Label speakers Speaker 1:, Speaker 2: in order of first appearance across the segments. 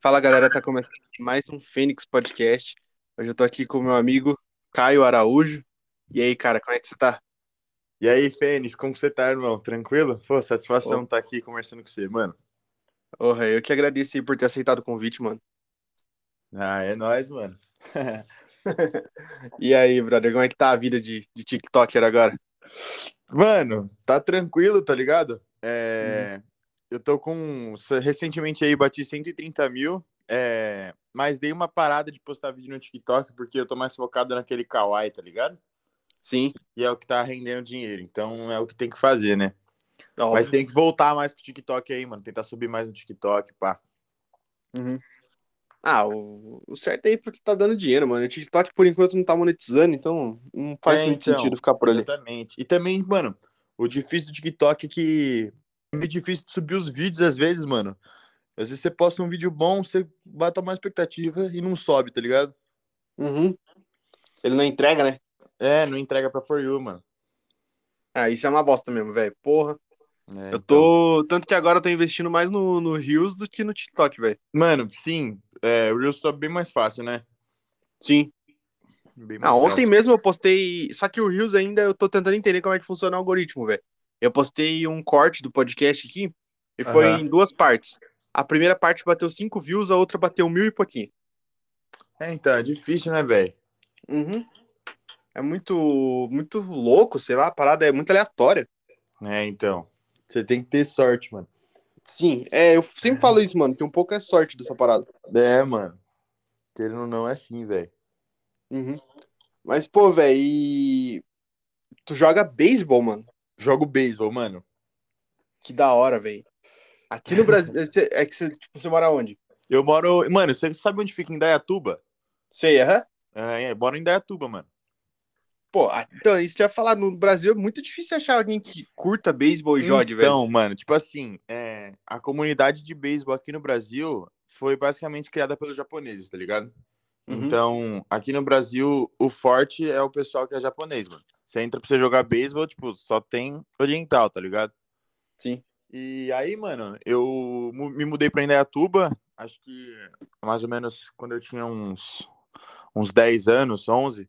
Speaker 1: Fala galera, tá começando mais um Fênix Podcast. Hoje eu tô aqui com o meu amigo Caio Araújo. E aí, cara, como é que você tá?
Speaker 2: E aí, Fênix, como você tá, irmão? Tranquilo? Pô, satisfação
Speaker 1: Ô.
Speaker 2: estar aqui conversando com você, mano.
Speaker 1: Porra, eu que agradeço aí por ter aceitado o convite, mano.
Speaker 2: Ah, é nóis, mano.
Speaker 1: E aí, brother, como é que tá a vida de, de TikToker agora?
Speaker 2: Mano, tá tranquilo, tá ligado?
Speaker 1: Uhum.
Speaker 2: É, Eu tô com. um, Recentemente aí bati 130 mil, é... mas dei uma parada de postar vídeo no TikTok porque eu tô mais focado naquele Kawaii, tá ligado?
Speaker 1: Sim,
Speaker 2: E é o que tá rendendo dinheiro, então é o que tem que fazer, né? Mas
Speaker 1: tá óbvio.
Speaker 2: tem que voltar mais pro TikTok aí, mano. Tentar subir mais no TikTok, pá.
Speaker 1: Uhum. Ah, o, o certo é ir porque tá dando dinheiro, mano. O TikTok por enquanto não tá monetizando, então não faz
Speaker 2: É,
Speaker 1: muito
Speaker 2: então,
Speaker 1: sentido ficar por ali.
Speaker 2: Exatamente. E também, mano, o difícil do TikTok é que é meio difícil de subir os vídeos às vezes, mano. Às vezes você posta um vídeo bom, você bata uma expectativa e não sobe, tá ligado?
Speaker 1: Uhum. Ele não entrega, né?
Speaker 2: É, não entrega pra For You, mano.
Speaker 1: Ah, isso é uma bosta mesmo, velho. Porra.
Speaker 2: É,
Speaker 1: Eu
Speaker 2: então.
Speaker 1: tô. Tanto que agora eu tô investindo mais no, no Reels do que no TikTok, velho.
Speaker 2: Mano, sim, é, o Reels sobe bem mais fácil, né?
Speaker 1: Sim.
Speaker 2: Bem mais
Speaker 1: Ah, ontem
Speaker 2: fácil.
Speaker 1: mesmo eu postei. Só que o Reels ainda eu tô tentando entender como é que funciona o algoritmo, velho. Eu postei um corte do podcast aqui e foi
Speaker 2: Aham.
Speaker 1: em duas partes. A primeira parte bateu cinco views, a outra bateu mil e pouquinho.
Speaker 2: É, então, é difícil, né, velho?
Speaker 1: Uhum. É muito, muito louco, sei lá, a parada é muito aleatória.
Speaker 2: É, então. Você tem que ter sorte, mano.
Speaker 1: Sim, é, eu sempre falo isso, mano, que um pouco é sorte dessa parada.
Speaker 2: É, mano. Querendo ou não, é assim, velho.
Speaker 1: Uhum. Mas, pô, velho, e... tu joga beisebol, mano.
Speaker 2: Jogo beisebol, mano.
Speaker 1: Que da hora, velho. Aqui no Brasil, cê- é que você, tipo, você mora onde?
Speaker 2: Eu moro. Mano, você sabe onde fica Indaiatuba?
Speaker 1: Sei, aham.
Speaker 2: É, é, moro em Indaiatuba, mano.
Speaker 1: Pô, a- então, isso que eu ia falar, no Brasil é muito difícil achar alguém que curta beisebol e jogue, velho.
Speaker 2: Então, mano, tipo assim, é, a comunidade de beisebol aqui no Brasil foi basicamente criada pelos japoneses, tá ligado?
Speaker 1: Uhum.
Speaker 2: Então, aqui no Brasil, o forte é o pessoal que é japonês, mano. Você entra pra você jogar beisebol, tipo, só tem oriental, tá ligado?
Speaker 1: Sim.
Speaker 2: E aí, mano, eu mu- me mudei pra Indaiatuba, acho que mais ou menos quando eu tinha uns, uns 10 anos, 11,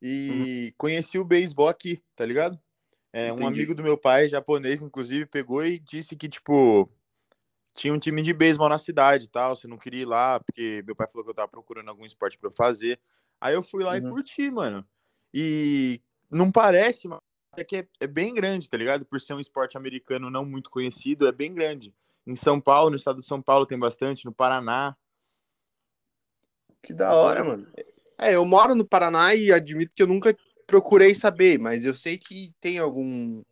Speaker 2: e conheci o beisebol aqui, tá ligado? É, um
Speaker 1: Uhum. Entendi.
Speaker 2: amigo do meu pai, japonês, inclusive, pegou e disse que, tipo, tinha um time de beisebol na cidade e tal. Se não queria ir lá, porque meu pai falou que eu tava procurando algum esporte pra eu fazer. Aí eu fui lá e
Speaker 1: Uhum.
Speaker 2: curti, mano. E não parece, mas é que é, é bem grande, tá ligado? Por ser um esporte americano não muito conhecido, é bem grande. Em São Paulo, no estado de São Paulo tem bastante, no Paraná.
Speaker 1: Que da hora, mano. É, eu moro no Paraná e admito que eu nunca procurei saber, mas eu sei que tem algum,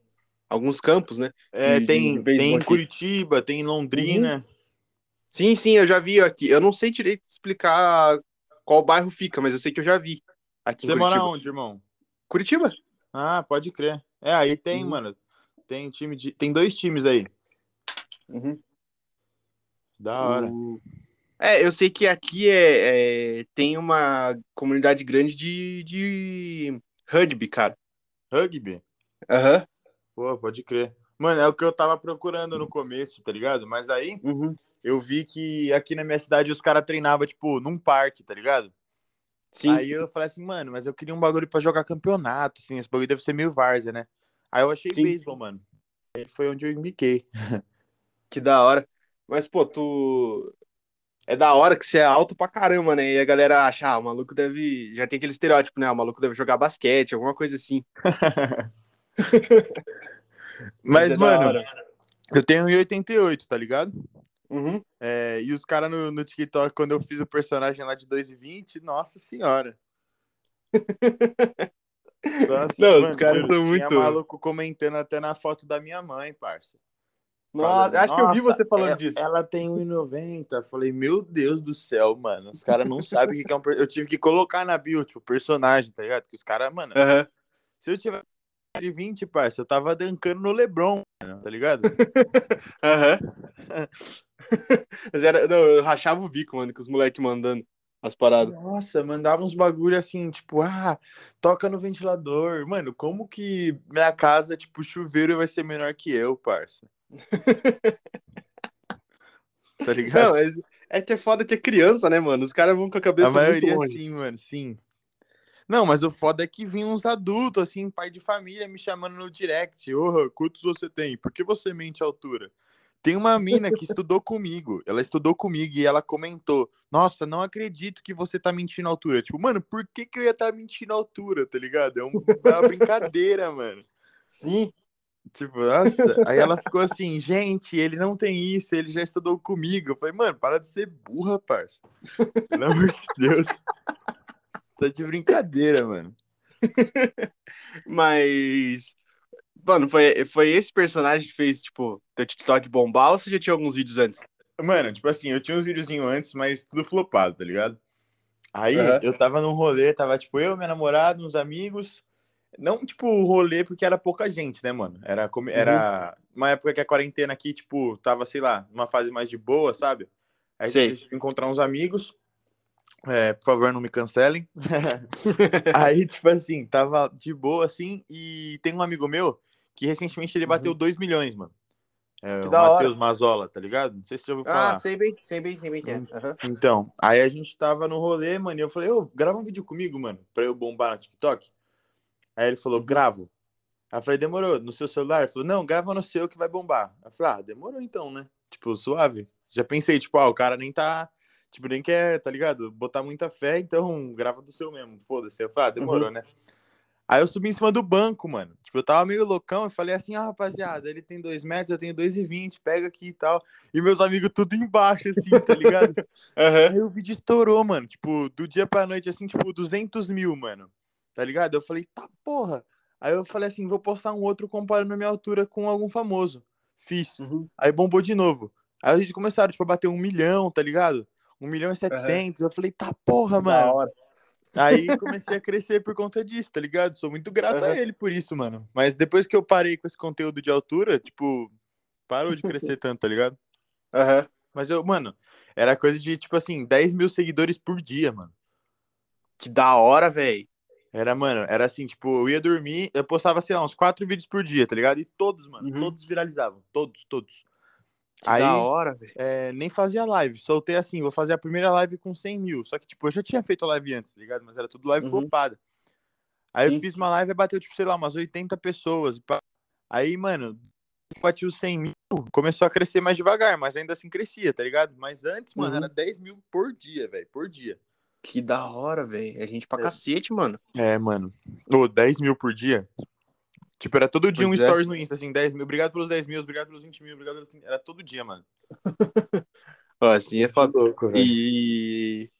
Speaker 1: alguns campos, né?
Speaker 2: É,
Speaker 1: De- de
Speaker 2: tem,
Speaker 1: beisebol
Speaker 2: tem em
Speaker 1: aqui. Uhum.
Speaker 2: Curitiba, tem em Londrina.
Speaker 1: Sim, sim, eu já vi aqui. Eu não sei direito explicar qual bairro fica, mas eu sei que eu já vi aqui em
Speaker 2: Você mora
Speaker 1: Curitiba.
Speaker 2: onde, irmão?
Speaker 1: Curitiba?
Speaker 2: Ah, pode crer. É, aí tem,
Speaker 1: Uhum.
Speaker 2: mano. Tem time de. Tem dois times aí.
Speaker 1: Uhum.
Speaker 2: Da hora.
Speaker 1: O- É, eu sei que aqui é, é- tem uma comunidade grande de, de rugby, cara.
Speaker 2: Rugby?
Speaker 1: Aham.
Speaker 2: Pô, pode crer. Mano, é o que eu tava procurando no começo, tá ligado? Mas aí
Speaker 1: Uhum.
Speaker 2: eu vi que aqui na minha cidade os caras treinavam, tipo, num parque, tá ligado?
Speaker 1: Sim.
Speaker 2: Aí eu falei assim, mano, mas eu queria um bagulho pra jogar campeonato, assim, esse bagulho deve ser meio várzea, né? Aí eu achei
Speaker 1: Sim.
Speaker 2: beisebol, mano. Aí foi onde eu embiquei.
Speaker 1: Que da hora. Mas, pô, tu. É da hora que você é alto pra caramba, né? E a galera acha, ah, o maluco deve. Já tem aquele estereótipo, né? O maluco deve jogar basquete, alguma coisa assim.
Speaker 2: Mas,
Speaker 1: é da
Speaker 2: mano,
Speaker 1: hora.
Speaker 2: eu tenho 1,88, tá ligado?
Speaker 1: Uhum.
Speaker 2: É, e os caras no, no TikTok, quando eu fiz o personagem lá de 2,20, nossa senhora. Nossa,
Speaker 1: Não, os
Speaker 2: assim, mano,
Speaker 1: caras
Speaker 2: juro,
Speaker 1: são
Speaker 2: tinha
Speaker 1: muito-
Speaker 2: maluco comentando até na foto da minha mãe, parça. Falando,
Speaker 1: Nossa, acho que eu vi
Speaker 2: "Nossa,
Speaker 1: você falando
Speaker 2: é-
Speaker 1: disso.
Speaker 2: Ela tem 1,90. Falei, meu Deus do céu, mano. Os caras não sabem o que que é um. per- Eu tive que colocar na bio, tipo, personagem, tá ligado? Porque os caras, mano,
Speaker 1: Aham.
Speaker 2: se eu tivesse 20, parça, eu tava dancando no Lebron, mano, tá ligado?
Speaker 1: Aham. Mas era. Não, eu rachava o bico, mano, com os moleques mandando as paradas.
Speaker 2: Nossa, mandava uns bagulho assim, tipo, ah, toca no ventilador. Mano, como que minha casa, tipo, o chuveiro vai ser menor que eu, parça? Tá
Speaker 1: Não,
Speaker 2: ligado?
Speaker 1: mas É que é foda que é criança, né, mano? Os caras vão com a cabeça
Speaker 2: A maioria
Speaker 1: muito longe.
Speaker 2: sim, mano, sim. Não, mas o foda é que vinha uns adultos, assim, pai de família, me chamando no direct. Ô, quantos você tem? Por que você mente a altura? Tem uma mina que estudou comigo. Ela estudou comigo e ela comentou: Nossa, não acredito que você tá mentindo a altura. Tipo, mano, por que, que eu ia estar tá mentindo a altura, tá ligado? É, um- é uma brincadeira, mano.
Speaker 1: Sim.
Speaker 2: Tipo, nossa. Aí ela ficou assim: Gente, ele não tem isso, ele já estudou comigo. Eu falei: Mano, para de ser burra, parça. Pelo amor de Deus. Tá de brincadeira, mano.
Speaker 1: Mas. Mano, foi, foi esse personagem que fez, tipo, teu TikTok bombar ou você já tinha alguns vídeos antes?
Speaker 2: Mano, tipo assim, eu tinha uns videozinhos antes, mas tudo flopado, tá ligado? Aí
Speaker 1: Aham.
Speaker 2: eu tava num rolê, tava tipo eu, minha namorada, uns amigos. Não, tipo, rolê porque era pouca gente, né, mano? Era, como-
Speaker 1: Uhum.
Speaker 2: era uma época que a quarentena aqui, tipo, tava, sei lá, numa fase mais de boa, sabe? Aí
Speaker 1: Sei.
Speaker 2: eu encontrar uns amigos. É, por favor, não me cancelem. Aí, tipo assim, tava de boa, assim, e tem um amigo meu que recentemente ele
Speaker 1: Uhum.
Speaker 2: bateu 2 milhões, mano. É,
Speaker 1: Que
Speaker 2: o
Speaker 1: da hora.
Speaker 2: Matheus Mazola, tá ligado? Não sei se você ouviu falar.
Speaker 1: Ah, sei bem, sei bem, sei bem quem é.
Speaker 2: Hum.
Speaker 1: Aham.
Speaker 2: Então, aí a gente tava no rolê, mano, e eu falei, ô, grava um vídeo comigo, mano, pra eu bombar no TikTok. Aí ele falou, gravo. Aí eu falei, demorou, no seu celular? Ele falou, não, grava no seu que vai bombar. Aí eu falei, ah, demorou então, né? Tipo, suave. Já pensei, tipo, ah, o cara nem tá, tipo, nem quer, tá ligado? Botar muita fé, então grava do seu mesmo, foda-se. Aí Eu falei, ah, demorou, né? Aí eu subi em cima do banco, mano. Tipo, eu tava meio loucão e falei assim, ah, rapaziada, ele tem dois metros, eu tenho 2,20, pega aqui e tal. E meus amigos tudo embaixo, assim, tá ligado?
Speaker 1: Aham.
Speaker 2: Aí o vídeo estourou, mano. Tipo, do dia pra noite, assim, tipo, 200 mil, mano. Tá ligado? Eu falei, tá porra. Aí eu falei assim, vou postar um outro comparando a minha altura com algum famoso. Fiz.
Speaker 1: Uhum.
Speaker 2: Aí bombou de novo. Aí a gente começaram, tipo, a bater um milhão, tá ligado? Um milhão e setecentos. Eu falei, tá
Speaker 1: Da
Speaker 2: porra, mano.
Speaker 1: hora.
Speaker 2: Aí comecei a crescer por conta disso, tá ligado? Sou muito grato a
Speaker 1: Aham.
Speaker 2: ele por isso, mano. Mas depois que eu parei com esse conteúdo de altura, tipo, parou de crescer tanto, tá ligado?
Speaker 1: Aham.
Speaker 2: Mas eu, mano, era coisa de, tipo assim, 10 mil seguidores por dia, mano.
Speaker 1: Que da hora, velho.
Speaker 2: Era, mano, era assim, tipo, eu ia dormir, eu postava, sei lá, uns quatro vídeos por dia, tá ligado? E todos, mano,
Speaker 1: Uhum.
Speaker 2: todos viralizavam. Todos, todos.
Speaker 1: Que
Speaker 2: Aí,
Speaker 1: da hora, velho.
Speaker 2: é, nem fazia live. Soltei assim, vou fazer a primeira live com 100 mil. Só que, tipo, eu já tinha feito live antes, tá ligado? Mas era tudo live
Speaker 1: Uhum.
Speaker 2: flopada. Aí eu
Speaker 1: Sim.
Speaker 2: fiz uma live e bateu, tipo, sei lá, umas 80 pessoas. e pá. Aí, mano, bati os 100 mil, começou a crescer mais devagar, mas ainda assim crescia, tá ligado? Mas antes, mano,
Speaker 1: Uhum.
Speaker 2: era 10 mil por dia, velho, por dia.
Speaker 1: Que da hora, velho. É gente pra
Speaker 2: É.
Speaker 1: cacete, mano.
Speaker 2: É, mano. Ô, 10 mil por dia? Tipo, era todo dia
Speaker 1: Pois
Speaker 2: um
Speaker 1: é.
Speaker 2: stories no Insta, assim, 10 mil. Obrigado pelos 10 mil, obrigado pelos 20 mil, obrigado pelos... 30. Era todo dia, mano.
Speaker 1: Ó, assim é foda.
Speaker 2: louco,
Speaker 1: E.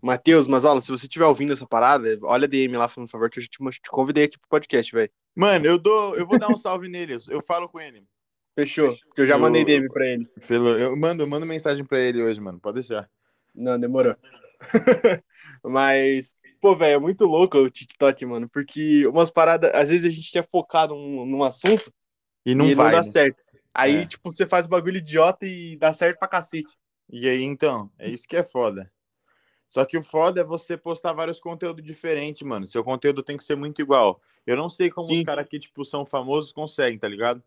Speaker 1: Matheus, mas olha, se você estiver ouvindo essa parada, olha a DM lá, falando, por favor, que eu já te, mo- te convidei aqui pro podcast, velho.
Speaker 2: Mano, eu dou... Eu vou dar um salve nele, eu- eu falo com ele.
Speaker 1: Fechou. Porque eu já
Speaker 2: Eu-
Speaker 1: mandei DM pra ele.
Speaker 2: Felo, eu mando, eu mando mensagem pra ele hoje, mano. Pode deixar.
Speaker 1: Não, demorou. Mas, pô, velho, é muito louco o TikTok, mano. Porque umas paradas, às vezes a gente quer focar num, num assunto
Speaker 2: E não
Speaker 1: e
Speaker 2: vai,
Speaker 1: não dá
Speaker 2: né?
Speaker 1: certo. Aí,
Speaker 2: É.
Speaker 1: tipo, você faz bagulho idiota e dá certo pra cacete.
Speaker 2: E aí, então, é isso que é foda. Só que o foda é você postar vários conteúdos diferentes, mano. Seu conteúdo tem que ser muito igual. Eu não sei como
Speaker 1: Sim.
Speaker 2: os caras que, tipo, são famosos conseguem, tá ligado?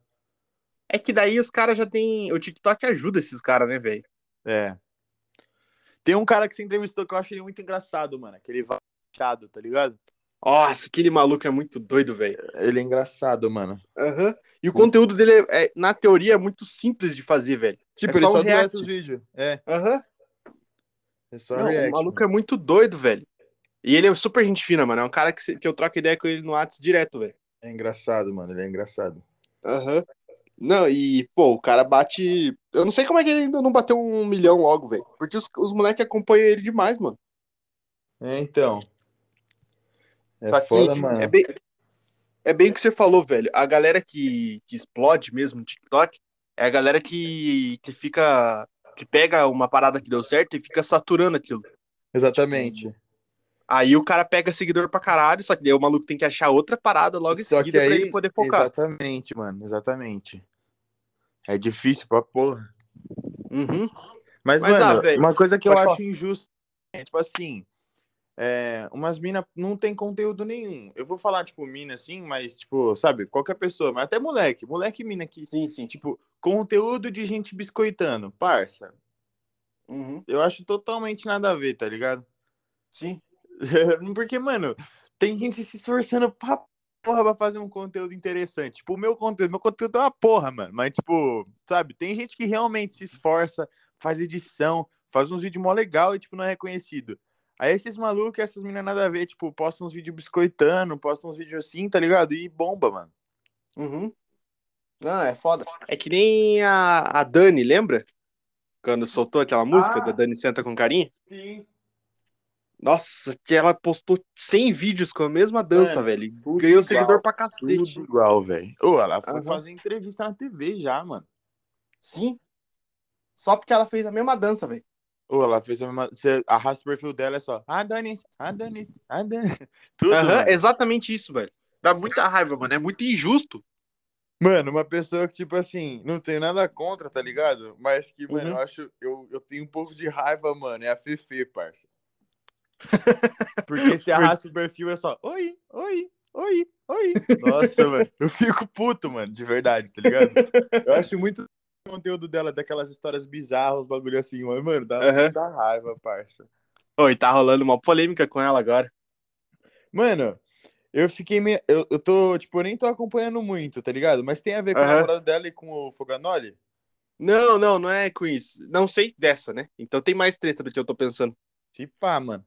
Speaker 1: É que daí os caras já tem. O TikTok ajuda esses caras, né, velho?
Speaker 2: É. Tem um cara que você entrevistou que eu achei muito engraçado, mano. Aquele Vachado, tá ligado?
Speaker 1: Nossa, aquele maluco é muito doido, velho.
Speaker 2: Ele é engraçado, mano.
Speaker 1: Aham. E o conteúdo dele, é, é, na teoria, é muito simples de fazer, velho.
Speaker 2: Tipo,
Speaker 1: É
Speaker 2: ele
Speaker 1: só um
Speaker 2: só
Speaker 1: react.
Speaker 2: react os vídeos. É,
Speaker 1: Aham.
Speaker 2: é só
Speaker 1: Não,
Speaker 2: react.
Speaker 1: o maluco
Speaker 2: mano.
Speaker 1: é muito doido, velho. E ele é super gente fina, mano. É um cara que, se- que eu troco ideia com ele no WhatsApp direto, velho.
Speaker 2: é... engraçado, mano. Ele é engraçado.
Speaker 1: Aham. Não, e, pô, o cara bate. Eu não sei como é que ele ainda não bateu um milhão logo, velho. Porque os, os moleques acompanham ele demais, mano.
Speaker 2: É, então. É
Speaker 1: Só que
Speaker 2: foda, mano.
Speaker 1: é bem, é bem o que você falou, velho. A galera que, que explode mesmo no TikTok é a galera que, que fica. que pega uma parada que deu certo e fica saturando aquilo.
Speaker 2: Exatamente.
Speaker 1: Aí o cara pega seguidor pra caralho, só que daí o maluco tem que achar outra parada logo em
Speaker 2: Só que
Speaker 1: seguida pra
Speaker 2: aí-
Speaker 1: ele poder focar.
Speaker 2: Exatamente, mano. Exatamente. É difícil pra porra.
Speaker 1: Uhum.
Speaker 2: Mas,
Speaker 1: Mas,
Speaker 2: mano,
Speaker 1: ah, velho,
Speaker 2: uma coisa que eu
Speaker 1: pode
Speaker 2: acho injusto é, tipo assim, é, umas minas não tem conteúdo nenhum. Eu vou falar, tipo, mina assim, mas, tipo, sabe, qualquer pessoa, mas até moleque, moleque e mina que,
Speaker 1: Sim, sim.
Speaker 2: tipo, conteúdo de gente biscoitando, parça.
Speaker 1: Uhum.
Speaker 2: Eu acho totalmente nada a ver, tá ligado?
Speaker 1: Sim.
Speaker 2: Porque, mano, tem gente se esforçando pra porra pra fazer um conteúdo interessante. Tipo, o meu conteúdo, meu conteúdo é uma porra, mano. Mas, tipo, sabe, tem gente que realmente se esforça, faz edição, faz uns vídeos mó legal e, tipo, não é reconhecido. Aí esses malucos, essas meninas nada a ver, tipo, postam uns vídeos biscoitando, postam uns vídeos assim, tá ligado? E bomba, mano.
Speaker 1: Uhum. Não, é foda. É que nem a, a Dani, lembra? Quando soltou aquela música
Speaker 2: Ah.
Speaker 1: da Dani Senta com Carinho?
Speaker 2: Sim.
Speaker 1: Nossa, que ela postou 100 vídeos com a mesma dança,
Speaker 2: Mano,
Speaker 1: velho.
Speaker 2: tudo
Speaker 1: Ganhou
Speaker 2: igual,
Speaker 1: seguidor pra
Speaker 2: Tudo
Speaker 1: cacete.
Speaker 2: igual, velho. Ô, ela foi
Speaker 1: Aham.
Speaker 2: fazer entrevista na TV já, mano.
Speaker 1: Sim. Só porque ela fez a mesma dança, velho.
Speaker 2: Ô, ela fez a mesma. Você arrasta o perfil dela, é só. ah, Adonis, Adonis, Adonis. Tudo,
Speaker 1: Aham, é
Speaker 2: mano.
Speaker 1: exatamente isso, velho. Dá muita raiva, mano. É muito injusto.
Speaker 2: Mano, uma pessoa que, tipo assim, não tem nada contra, tá ligado? Mas que, mano,
Speaker 1: Uhum.
Speaker 2: eu acho. Eu, eu tenho um pouco de raiva, mano. É a Fefe, parça. Porque se arrasta o perfil é só. Oi, oi, oi, oi. Nossa, mano. Eu fico puto, mano, de verdade, tá ligado? Eu acho muito o conteúdo dela, daquelas histórias bizarras, bagulho assim, mas, mano, dá,
Speaker 1: Aham.
Speaker 2: dá raiva, parça.
Speaker 1: Oi, tá rolando uma polêmica com ela agora.
Speaker 2: Mano, eu fiquei meio. Eu, eu tô, tipo, eu nem tô acompanhando muito, tá ligado? Mas tem a ver com o
Speaker 1: Aham.
Speaker 2: namorado dela e com o Foganoli?
Speaker 1: Não, não, não é com isso. Não sei dessa, né? Então tem mais treta do que eu tô pensando.
Speaker 2: Se pá, mano.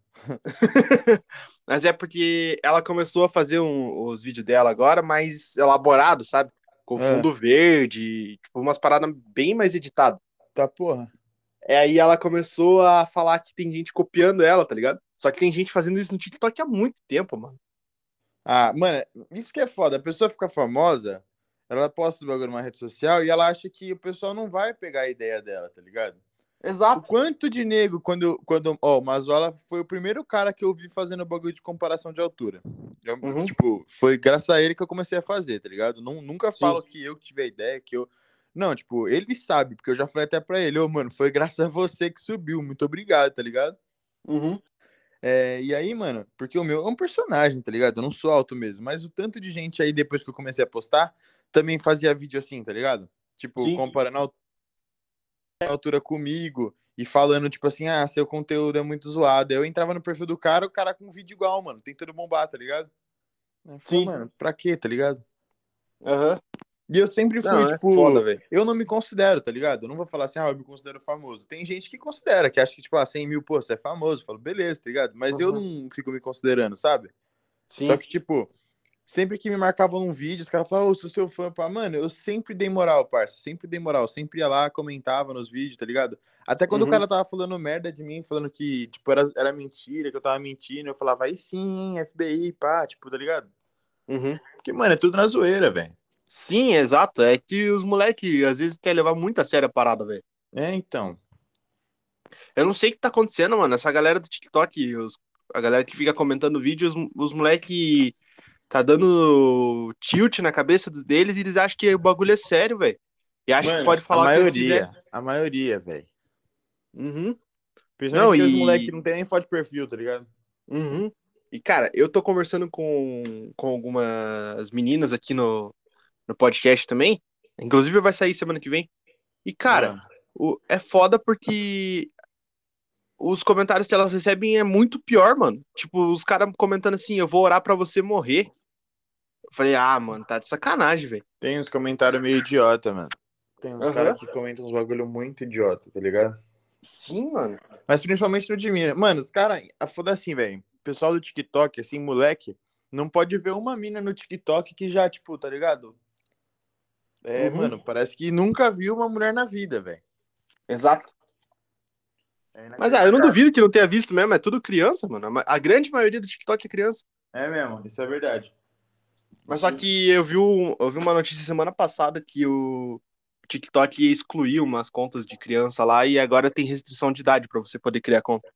Speaker 1: Mas é porque ela começou a fazer um- os vídeos dela agora mais elaborado, sabe? Com fundo verde, tipo, umas paradas bem mais editadas.
Speaker 2: Tá porra.
Speaker 1: É aí ela começou a falar que tem gente copiando ela, tá ligado? Só que tem gente fazendo isso no TikTok há muito tempo, mano.
Speaker 2: Ah, mano, isso que é foda. A pessoa fica famosa, ela posta o bagulho numa rede social e ela acha que o pessoal não vai pegar a ideia dela, tá ligado? O
Speaker 1: Exato.
Speaker 2: quanto de nego, quando. quando ó, o Mazola foi o primeiro cara que eu vi fazendo bagulho de comparação de altura. Eu,
Speaker 1: Uhum.
Speaker 2: Tipo, foi graças a ele que eu comecei a fazer, tá ligado? Nun- nunca
Speaker 1: Sim.
Speaker 2: falo que eu que tive a ideia, que eu. Não, tipo, ele sabe, porque eu já falei até pra ele, ô, mano, foi graças a você que subiu, muito obrigado, tá ligado?
Speaker 1: Uhum.
Speaker 2: É, e aí, mano, porque o meu é um personagem, tá ligado? Eu não sou alto mesmo, mas o tanto de gente aí depois que eu comecei a postar, também fazia vídeo assim, tá ligado? Tipo,
Speaker 1: Sim.
Speaker 2: comparando a altura a altura comigo e falando, tipo assim, ah, seu conteúdo é muito zoado. Aí Eu entrava no perfil do cara, o cara com um vídeo igual, mano, tentando bombar, tá ligado? Eu falei,
Speaker 1: Sim.
Speaker 2: mano, pra quê, tá ligado?
Speaker 1: Aham.
Speaker 2: E eu sempre fui,
Speaker 1: Não, é
Speaker 2: tipo,
Speaker 1: foda, velho.
Speaker 2: eu não me considero, tá ligado? Eu não vou falar assim, ah, eu me considero famoso. Tem gente que considera, que acha que, tipo, ah, 100 mil, pô, você é famoso. Eu falo, beleza, tá ligado? Mas eu não fico me considerando, sabe? Só
Speaker 1: Uhum. Sim.
Speaker 2: que, tipo, sempre que me marcavam num vídeo, os caras falavam, ô, sou seu fã, pá. Mano, eu sempre dei moral, parça. Sempre dei moral. Sempre ia lá, comentava nos vídeos, tá ligado? Até quando o
Speaker 1: Uhum.
Speaker 2: cara tava falando merda de mim, falando que, tipo, era, era mentira, que eu tava mentindo, eu falava, aí sim, FBI, pá, tipo, tá ligado?
Speaker 1: Uhum.
Speaker 2: Porque, mano, é tudo na zoeira, velho.
Speaker 1: Sim, exato. É que os moleque às vezes quer levar muito a sério a parada, velho.
Speaker 2: É, então.
Speaker 1: Eu não sei o que tá acontecendo, mano. Essa galera do TikTok, os- a galera que fica comentando vídeo, os, os moleque tá dando tilt na cabeça dos- deles e eles acham que o bagulho é sério, velho. E acham que
Speaker 2: Mano,
Speaker 1: pode
Speaker 2: a
Speaker 1: falar o que eles quiserem.
Speaker 2: maioria, a maioria, velho.
Speaker 1: Uhum,
Speaker 2: Principalmente
Speaker 1: Não,
Speaker 2: aqueles
Speaker 1: e-
Speaker 2: moleque que não tem nem foto de perfil, tá ligado?
Speaker 1: uhum. E, cara, eu tô conversando com, com algumas meninas aqui no, no podcast também. Inclusive vai sair semana que vem. E, cara,
Speaker 2: Ah,
Speaker 1: o, é foda porque os comentários que elas recebem é muito pior, mano. Tipo, os caras comentando assim, eu vou orar pra você morrer. Eu falei, ah, mano, tá de sacanagem, velho.
Speaker 2: tem uns comentários meio idiota, mano. Tem uns
Speaker 1: Aham.
Speaker 2: caras que comentam uns bagulho muito idiota, tá ligado?
Speaker 1: Sim, mano.
Speaker 2: Mas principalmente no de mina. Mano, os caras, foda assim, velho. Pessoal do TikTok, assim, moleque, não pode ver uma mina no TikTok que já, tipo, tá ligado? É,
Speaker 1: Uhum.
Speaker 2: mano, parece que nunca viu uma mulher na vida, velho.
Speaker 1: Exato.
Speaker 2: É
Speaker 1: Mas ah, eu não
Speaker 2: inacreditável.
Speaker 1: duvido que não tenha visto mesmo, é tudo criança, mano. A ma- A grande maioria do TikTok é criança.
Speaker 2: É mesmo, isso é verdade.
Speaker 1: Mas só que eu vi, um- eu vi uma notícia semana passada que o TikTok ia excluir umas contas de criança lá e agora tem restrição de idade pra você poder criar conta.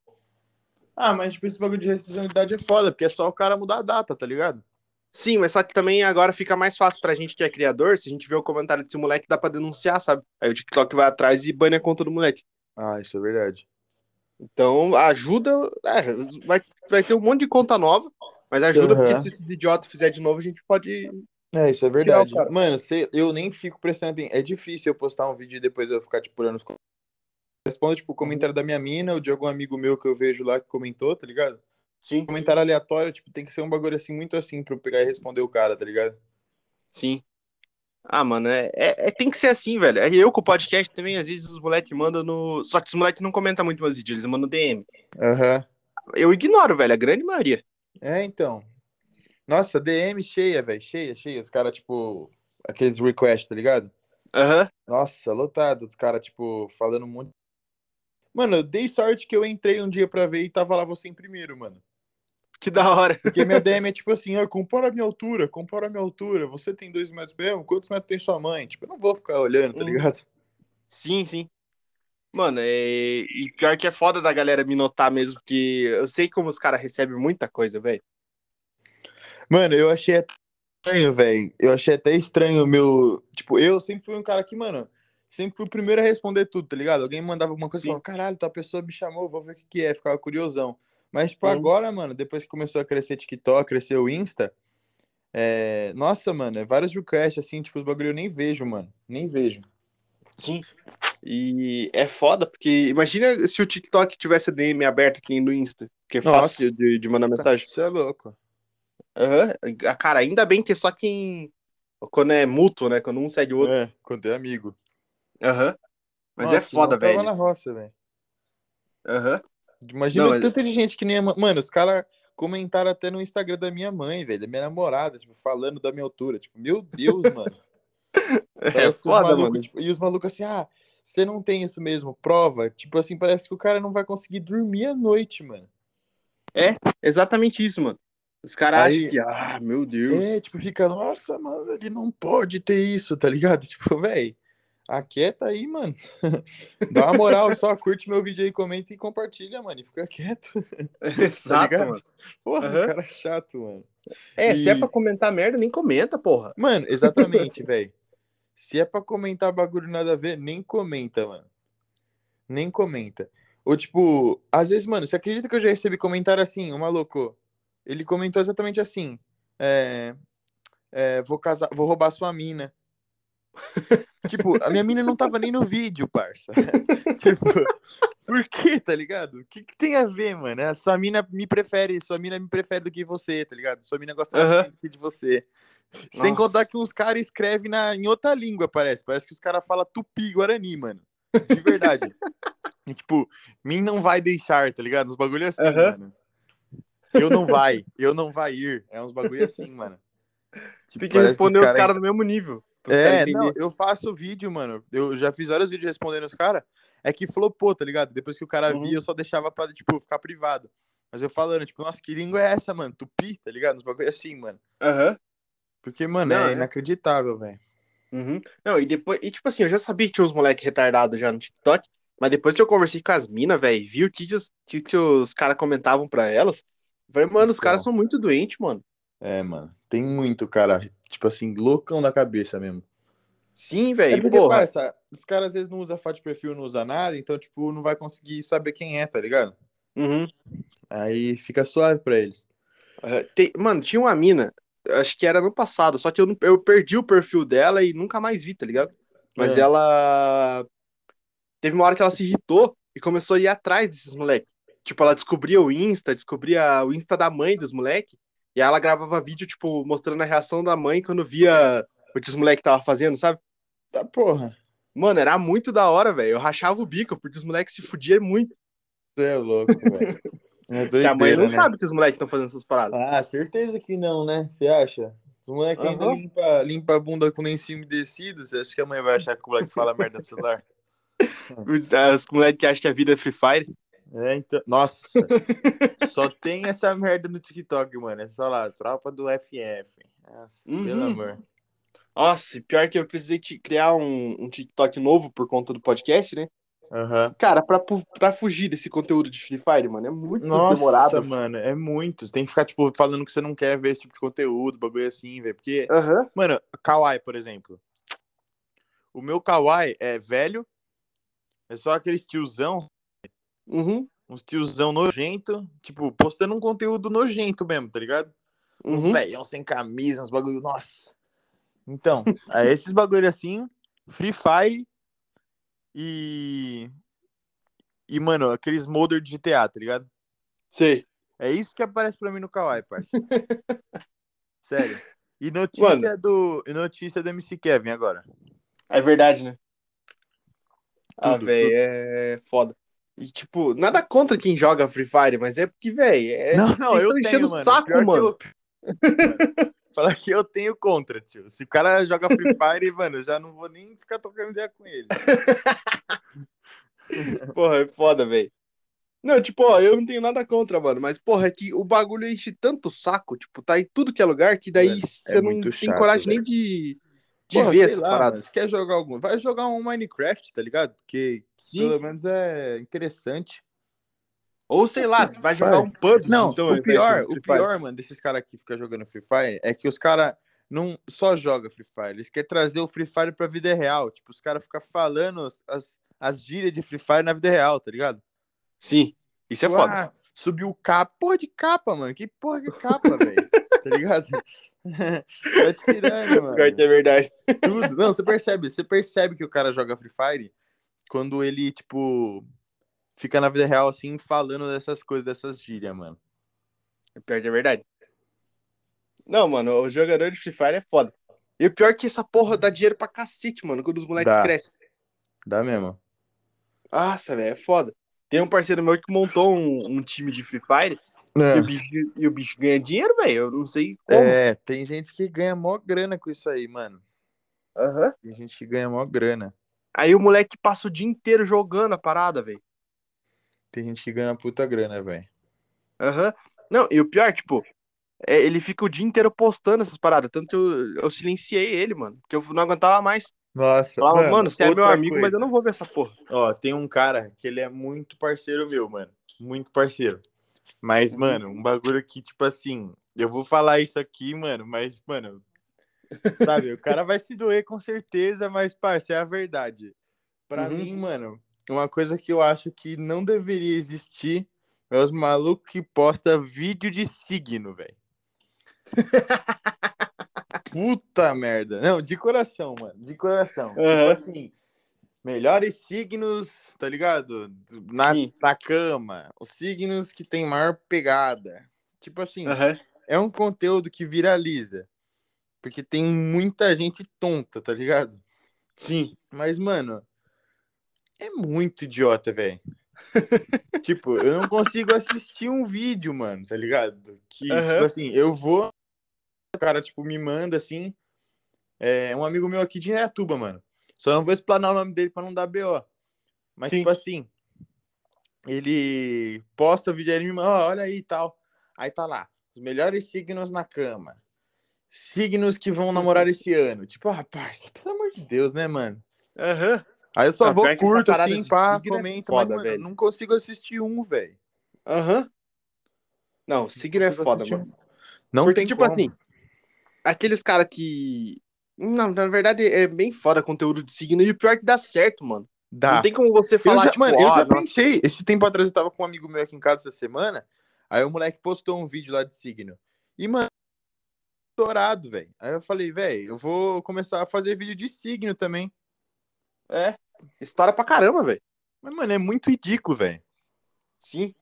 Speaker 2: Ah, mas tipo, esse bagulho de restrição de idade é foda, porque é só o cara mudar a data, tá ligado?
Speaker 1: Sim, mas só que também agora fica mais fácil pra gente que é criador, se a gente vê o comentário desse moleque, dá pra denunciar, sabe? Aí o TikTok vai atrás e bane a conta do moleque.
Speaker 2: Ah, isso é verdade.
Speaker 1: Então ajuda, é, vai, vai ter um monte de conta nova, mas ajuda porque
Speaker 2: Aham.
Speaker 1: se esses idiotas fizer de novo, a gente pode
Speaker 2: É, isso
Speaker 1: tirar
Speaker 2: é
Speaker 1: o
Speaker 2: verdade.
Speaker 1: cara.
Speaker 2: Mano, cê- eu nem fico prestando atenção. É difícil eu postar um vídeo e depois eu ficar, tipo, olhando os respondo, tipo, o comentário da minha mina ou de algum amigo meu que eu vejo lá que comentou, tá ligado?
Speaker 1: Sim,
Speaker 2: Comentário aleatório, tipo, tem que ser um bagulho assim, muito assim, pra eu pegar e responder o cara, tá ligado?
Speaker 1: sim. Ah, mano, é, é- é- tem que ser assim, velho. É Eu com o podcast também, às vezes os moleques mandam no. Só que os moleques não comentam muito meus vídeos, eles mandam DM.
Speaker 2: Aham.
Speaker 1: Eu ignoro, velho, a grande maioria.
Speaker 2: É, então. Nossa, DM cheia, velho, cheia, cheia. Os caras, tipo, aqueles requests, tá ligado?
Speaker 1: Aham.
Speaker 2: Nossa, lotado, os caras, tipo, falando muito. Mano, eu dei sorte que eu entrei um dia pra ver e tava lá você em primeiro, mano.
Speaker 1: Que da hora.
Speaker 2: Porque minha DM é tipo assim, ó, compara a minha altura, compara a minha altura. Você tem dois metros mesmo? Quantos metros tem sua mãe? Tipo, eu não vou ficar olhando, tá
Speaker 1: Hum.
Speaker 2: ligado?
Speaker 1: Sim, sim. Mano, é... e pior que é foda da galera me notar mesmo, porque eu sei como os caras recebem muita coisa, velho.
Speaker 2: Mano, eu achei até estranho, velho. Eu achei até estranho o meu. Tipo, eu sempre fui um cara que, mano, sempre fui o primeiro a responder tudo, tá ligado? Alguém mandava alguma coisa e
Speaker 1: Sim.
Speaker 2: falava, caralho, tal pessoa me chamou, vou ver o que que é, ficava curiosão. Mas, tipo,
Speaker 1: Uhum.
Speaker 2: agora, mano, depois que começou a crescer TikTok, crescer o Insta, é... nossa, mano, é vários requests, assim, tipo, os bagulho eu nem vejo, mano. Nem vejo.
Speaker 1: Sim. E é foda, porque imagina se o TikTok tivesse a DM aberta aqui no Insta, que é
Speaker 2: Nossa.
Speaker 1: fácil de, de mandar mensagem.
Speaker 2: Isso é louco.
Speaker 1: Aham. Ah, Cara, ainda bem que é só quem. Quando é mútuo, né? Quando um segue o outro.
Speaker 2: É, quando é amigo.
Speaker 1: Aham. Mas é
Speaker 2: Nossa,
Speaker 1: foda,
Speaker 2: não tava
Speaker 1: velho.
Speaker 2: na roça, velho.
Speaker 1: Aham.
Speaker 2: Imagina
Speaker 1: Não, mas-
Speaker 2: tanto de gente que nem. a ma- Mano, os caras comentaram até no Instagram da minha mãe, velho, da minha namorada, tipo, falando da minha altura. Tipo, meu Deus, mano.
Speaker 1: É
Speaker 2: Parece que os
Speaker 1: foda,
Speaker 2: malucos,
Speaker 1: mano.
Speaker 2: tipo, e os malucos assim, ah, você não tem isso mesmo, prova. Tipo assim, parece que o cara não vai conseguir dormir à noite, mano.
Speaker 1: Exatamente isso, mano. Os caras
Speaker 2: Aí-
Speaker 1: acham que, ah, meu Deus.
Speaker 2: É, tipo, fica, nossa, mano, ele não pode ter isso, tá ligado? Tipo, velho, aquieta aí, mano. Dá uma moral, só curte meu vídeo aí, comenta e compartilha, mano. E fica quieto, tá
Speaker 1: Exato,
Speaker 2: ligado?
Speaker 1: mano.
Speaker 2: Porra,
Speaker 1: Aham.
Speaker 2: cara chato, mano.
Speaker 1: É, se é
Speaker 2: E-
Speaker 1: pra comentar merda, nem comenta, porra.
Speaker 2: Mano, exatamente, velho. Se é pra comentar bagulho nada a ver, nem comenta, mano. Nem comenta. Ou tipo, às vezes, mano, você acredita que eu já recebi comentário assim, o maluco? Ele comentou exatamente assim. É, é, vou casar, vou roubar sua mina. tipo, a minha mina não tava nem no vídeo, parça. tipo, por quê, tá ligado? O que, que tem a ver, mano? A sua mina me prefere, sua mina me prefere do que você, tá ligado? Sua mina gosta mais
Speaker 1: Aham.
Speaker 2: de mim do que de você.
Speaker 1: Nossa.
Speaker 2: Sem contar que os caras escrevem na, em outra língua, parece. Parece que os caras falam tupi, guarani, mano. De verdade. e, tipo, mim não vai deixar, tá ligado? Uns bagulho assim,
Speaker 1: Aham.
Speaker 2: mano. Eu não vai, eu não vai ir. É uns bagulho assim, mano. Tipo,
Speaker 1: Tem que
Speaker 2: parece
Speaker 1: responder os caras
Speaker 2: cara-
Speaker 1: no mesmo nível. pros
Speaker 2: É,
Speaker 1: caras
Speaker 2: não,
Speaker 1: entenderem.
Speaker 2: eu faço vídeo, mano. Eu já fiz vários vídeos respondendo os caras. É que flopou, tá ligado? Depois que o cara
Speaker 1: Uhum.
Speaker 2: via, eu só deixava pra, tipo, ficar privado. Mas eu falando, tipo, nossa, que língua é essa, mano? Tupi, tá ligado? Uns bagulho assim, mano.
Speaker 1: Aham.
Speaker 2: Porque, mano,
Speaker 1: Não,
Speaker 2: é
Speaker 1: é.
Speaker 2: inacreditável, velho.
Speaker 1: Uhum. Não, e depois, e tipo assim, eu já sabia que tinha uns moleque retardado já no TikTok, mas depois que eu conversei com as minas, velho, vi o que, os- que, que os caras comentavam pra elas, eu falei, mano, os
Speaker 2: Então.
Speaker 1: caras são muito doentes, mano.
Speaker 2: É, mano. Tem muito, cara. Tipo assim, loucão da cabeça mesmo.
Speaker 1: Sim,
Speaker 2: É
Speaker 1: velho,
Speaker 2: porque,
Speaker 1: porra.
Speaker 2: parça, os caras às vezes não usam foto de perfil, não usa nada, então, tipo, não vai conseguir saber quem é, tá ligado?
Speaker 1: Uhum.
Speaker 2: Aí fica suave pra eles.
Speaker 1: Aham. É, Tem- mano, tinha uma mina, acho que era ano passado, só que eu, não- eu perdi o perfil dela e nunca mais vi, tá ligado? Mas
Speaker 2: É.
Speaker 1: ela. Teve uma hora que ela se irritou e começou a ir atrás desses moleques. Tipo, ela descobria o Insta, descobria o Insta da mãe dos moleques. E aí ela gravava vídeo, tipo, mostrando a reação da mãe quando via o que os moleques estavam fazendo, sabe?
Speaker 2: Tá porra.
Speaker 1: Mano, era muito da hora, velho. Eu rachava o bico, porque os moleques se fudiam muito.
Speaker 2: Você é louco, velho. É
Speaker 1: Porque a mãe
Speaker 2: doideira,
Speaker 1: não
Speaker 2: né?
Speaker 1: sabe que os moleques estão fazendo essas paradas.
Speaker 2: Ah, certeza que não, né? Você acha? O moleque ainda
Speaker 1: Aham.
Speaker 2: limpa, limpa a bunda com lencinho umedecido. Você acha que a mãe vai achar que o moleque fala merda no celular? Ah.
Speaker 1: Os moleques que acham que a vida é Free Fire.
Speaker 2: É, então. Nossa! Só tem essa merda no TikTok, mano. É só lá, tropa do FF. Nossa,
Speaker 1: Uhum.
Speaker 2: pelo amor.
Speaker 1: Nossa, e pior que eu precisei te- criar um, um TikTok novo por conta do podcast, né?
Speaker 2: Aham.
Speaker 1: Cara, pra, pu- pra fugir desse conteúdo de Free Fire, mano, é muito
Speaker 2: Nossa,
Speaker 1: demorado.
Speaker 2: mano, é muito. Você tem que ficar, tipo, falando que você não quer ver esse tipo de conteúdo, bagulho assim, velho. Porque,
Speaker 1: Aham.
Speaker 2: mano, Kawaii, por exemplo. O meu Kawaii é velho, é só aqueles tiozão
Speaker 1: Uhum,
Speaker 2: uns tiozão nojento, tipo, postando um conteúdo nojento mesmo, tá ligado? Uns
Speaker 1: uhum.
Speaker 2: velhão sem camisa, uns bagulho, nossa. Então, é esses bagulho assim, Free Fire e e, mano, aqueles modder de GTA, tá ligado?
Speaker 1: Sei.
Speaker 2: É isso que aparece pra mim no Kawaii, parça. Sério. E notícia do. E notícia do MC Kevin agora.
Speaker 1: É verdade, né? ah,
Speaker 2: Tudo,
Speaker 1: velho,
Speaker 2: tudo.
Speaker 1: é foda. E, tipo, nada contra quem joga Free Fire, mas é porque, velho, é...
Speaker 2: Não, não,
Speaker 1: vocês
Speaker 2: eu
Speaker 1: tão
Speaker 2: tenho,
Speaker 1: enchendo o
Speaker 2: mano.
Speaker 1: saco,
Speaker 2: Pior que
Speaker 1: mano.
Speaker 2: eu- Fala que eu tenho contra, tio. Se o cara joga Free Fire, mano, eu já não vou nem ficar trocando ideia com ele.
Speaker 1: porra, é foda, velho. Não, tipo, ó, eu não tenho nada contra, mano, mas, porra, é que o bagulho enche tanto o saco, tipo, tá em tudo que é lugar, que daí
Speaker 2: Mano,
Speaker 1: você não
Speaker 2: muito
Speaker 1: tem
Speaker 2: chato,
Speaker 1: coragem
Speaker 2: velho.
Speaker 1: nem de, de
Speaker 2: Porra,
Speaker 1: ver
Speaker 2: sei
Speaker 1: essa
Speaker 2: lá,
Speaker 1: parada.
Speaker 2: mano, se quer jogar algum, vai jogar um Minecraft, tá ligado? Porque
Speaker 1: Sim.
Speaker 2: pelo menos é interessante.
Speaker 1: Ou sei lá, vai jogar um pub.
Speaker 2: Não,
Speaker 1: então, ao
Speaker 2: o
Speaker 1: invés de
Speaker 2: pior,
Speaker 1: um Free
Speaker 2: o
Speaker 1: Fire.
Speaker 2: pior, mano, desses caras que ficam jogando Free Fire é que os caras não só jogam Free Fire, eles querem trazer o Free Fire pra vida real. Tipo, os caras ficam falando as- as, as gírias de Free Fire na vida real, tá ligado?
Speaker 1: Sim, isso é
Speaker 2: Tipo,
Speaker 1: foda.
Speaker 2: ah, subiu o capa. Porra de capa, mano. Que porra de capa, velho. Tá ligado? tá tirando, mano.
Speaker 1: Pior que é verdade.
Speaker 2: Tudo. Não, você percebe. Você percebe que o cara joga Free Fire quando ele, tipo, fica na vida real, assim, falando dessas coisas, dessas gírias, mano.
Speaker 1: Pior que é verdade. Não, mano, o jogador de Free Fire é foda. E o pior é que essa porra dá dinheiro pra cacete, mano, quando os moleques
Speaker 2: Dá.
Speaker 1: crescem.
Speaker 2: Dá mesmo.
Speaker 1: Nossa, velho, é foda. Tem um parceiro meu que montou um, um time de Free Fire e, o bicho, e o bicho ganha dinheiro, velho. Eu não sei É. como.
Speaker 2: É, tem gente que ganha mó grana com isso aí, mano.
Speaker 1: Aham.
Speaker 2: Tem gente que ganha mó grana.
Speaker 1: Aí o moleque passa o dia inteiro jogando a parada, velho.
Speaker 2: Tem gente que ganha puta grana, velho.
Speaker 1: Aham. Não, e o pior, tipo, é, ele fica o dia inteiro postando essas paradas. Tanto que eu, eu silenciei ele, mano. Porque eu não aguentava mais.
Speaker 2: Nossa,
Speaker 1: Falava, mano, você é meu
Speaker 2: outra
Speaker 1: amigo, mas eu não vou ver essa porra.
Speaker 2: Ó, tem um cara que ele é muito parceiro meu, mano. Muito parceiro. Mas, mano, um bagulho que, tipo assim, eu vou falar isso aqui, mano, mas, mano. Sabe, o cara vai se doer com certeza, mas, parça, é a verdade. Pra
Speaker 1: Uhum.
Speaker 2: mim, mano, uma coisa que eu acho que não deveria existir é os malucos que posta vídeo de signo, velho. Puta merda. Não, de coração, mano. De coração. Tipo
Speaker 1: Aham.
Speaker 2: assim, melhores signos, tá ligado? Na,
Speaker 1: Sim.
Speaker 2: na cama. Os signos que tem maior pegada. Tipo assim,
Speaker 1: Aham.
Speaker 2: é um conteúdo que viraliza. Porque tem muita gente tonta, tá ligado?
Speaker 1: Sim.
Speaker 2: Mas, mano, é muito idiota, velho. tipo, eu não consigo assistir um vídeo, mano, tá ligado? Que,
Speaker 1: Aham.
Speaker 2: tipo assim, eu vou. O cara, tipo, me manda assim. É um amigo meu aqui de Indaiatuba, mano. Só não vou explanar o nome dele pra não dar BO. Mas,
Speaker 1: Sim.
Speaker 2: tipo assim, ele posta vídeo aí, ele me manda, ó, olha aí e tal. Aí tá lá, os melhores signos na cama. Signos que vão namorar esse ano. Tipo, ah, parça, pelo amor de Deus, né, mano?
Speaker 1: Aham.
Speaker 2: Aí eu só
Speaker 1: Ah,
Speaker 2: vou
Speaker 1: pior que essa
Speaker 2: curto,
Speaker 1: parada
Speaker 2: assim,
Speaker 1: de
Speaker 2: pá,
Speaker 1: signo é
Speaker 2: comento,
Speaker 1: foda,
Speaker 2: mas, mano, eu
Speaker 1: velho.
Speaker 2: não consigo assistir um, velho.
Speaker 1: Aham. Não, signo é
Speaker 2: Não consigo
Speaker 1: foda,
Speaker 2: Tipo, assistir
Speaker 1: mano.
Speaker 2: um. Não
Speaker 1: Porque,
Speaker 2: tem
Speaker 1: tipo
Speaker 2: como.
Speaker 1: assim, aqueles caras que. Não, na verdade é bem foda conteúdo de signo. E o pior é que dá certo, mano.
Speaker 2: Dá.
Speaker 1: Não tem como você
Speaker 2: Eu
Speaker 1: falar,
Speaker 2: já-
Speaker 1: tipo,
Speaker 2: mano,
Speaker 1: ó,
Speaker 2: eu já
Speaker 1: nossa,
Speaker 2: pensei. Esse tempo atrás eu tava com um amigo meu aqui em casa essa semana. Aí o moleque postou um vídeo lá de signo. E, mano, dourado, velho. Aí eu falei, velho, eu vou começar a fazer vídeo de signo também.
Speaker 1: é. História pra caramba, velho.
Speaker 2: Mas, mano, é muito ridículo, velho.
Speaker 1: Sim.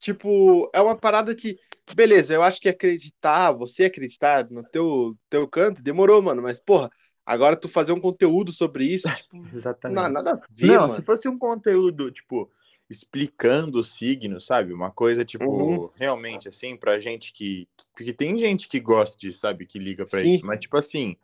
Speaker 1: Tipo, é uma parada que. Beleza, eu acho que acreditar, você acreditar no teu, teu canto, demorou, mano. Mas, porra, agora tu fazer um conteúdo sobre isso, tipo,
Speaker 2: Exatamente.
Speaker 1: na- nada a ver,
Speaker 2: Tá Não,
Speaker 1: mano.
Speaker 2: se fosse um conteúdo, tipo, explicando o signo, sabe? Uma coisa, tipo,
Speaker 1: Uhum.
Speaker 2: realmente, assim, pra gente que. Porque tem gente que gosta disso, sabe? Que liga pra
Speaker 1: Sim.
Speaker 2: isso. Mas, tipo assim.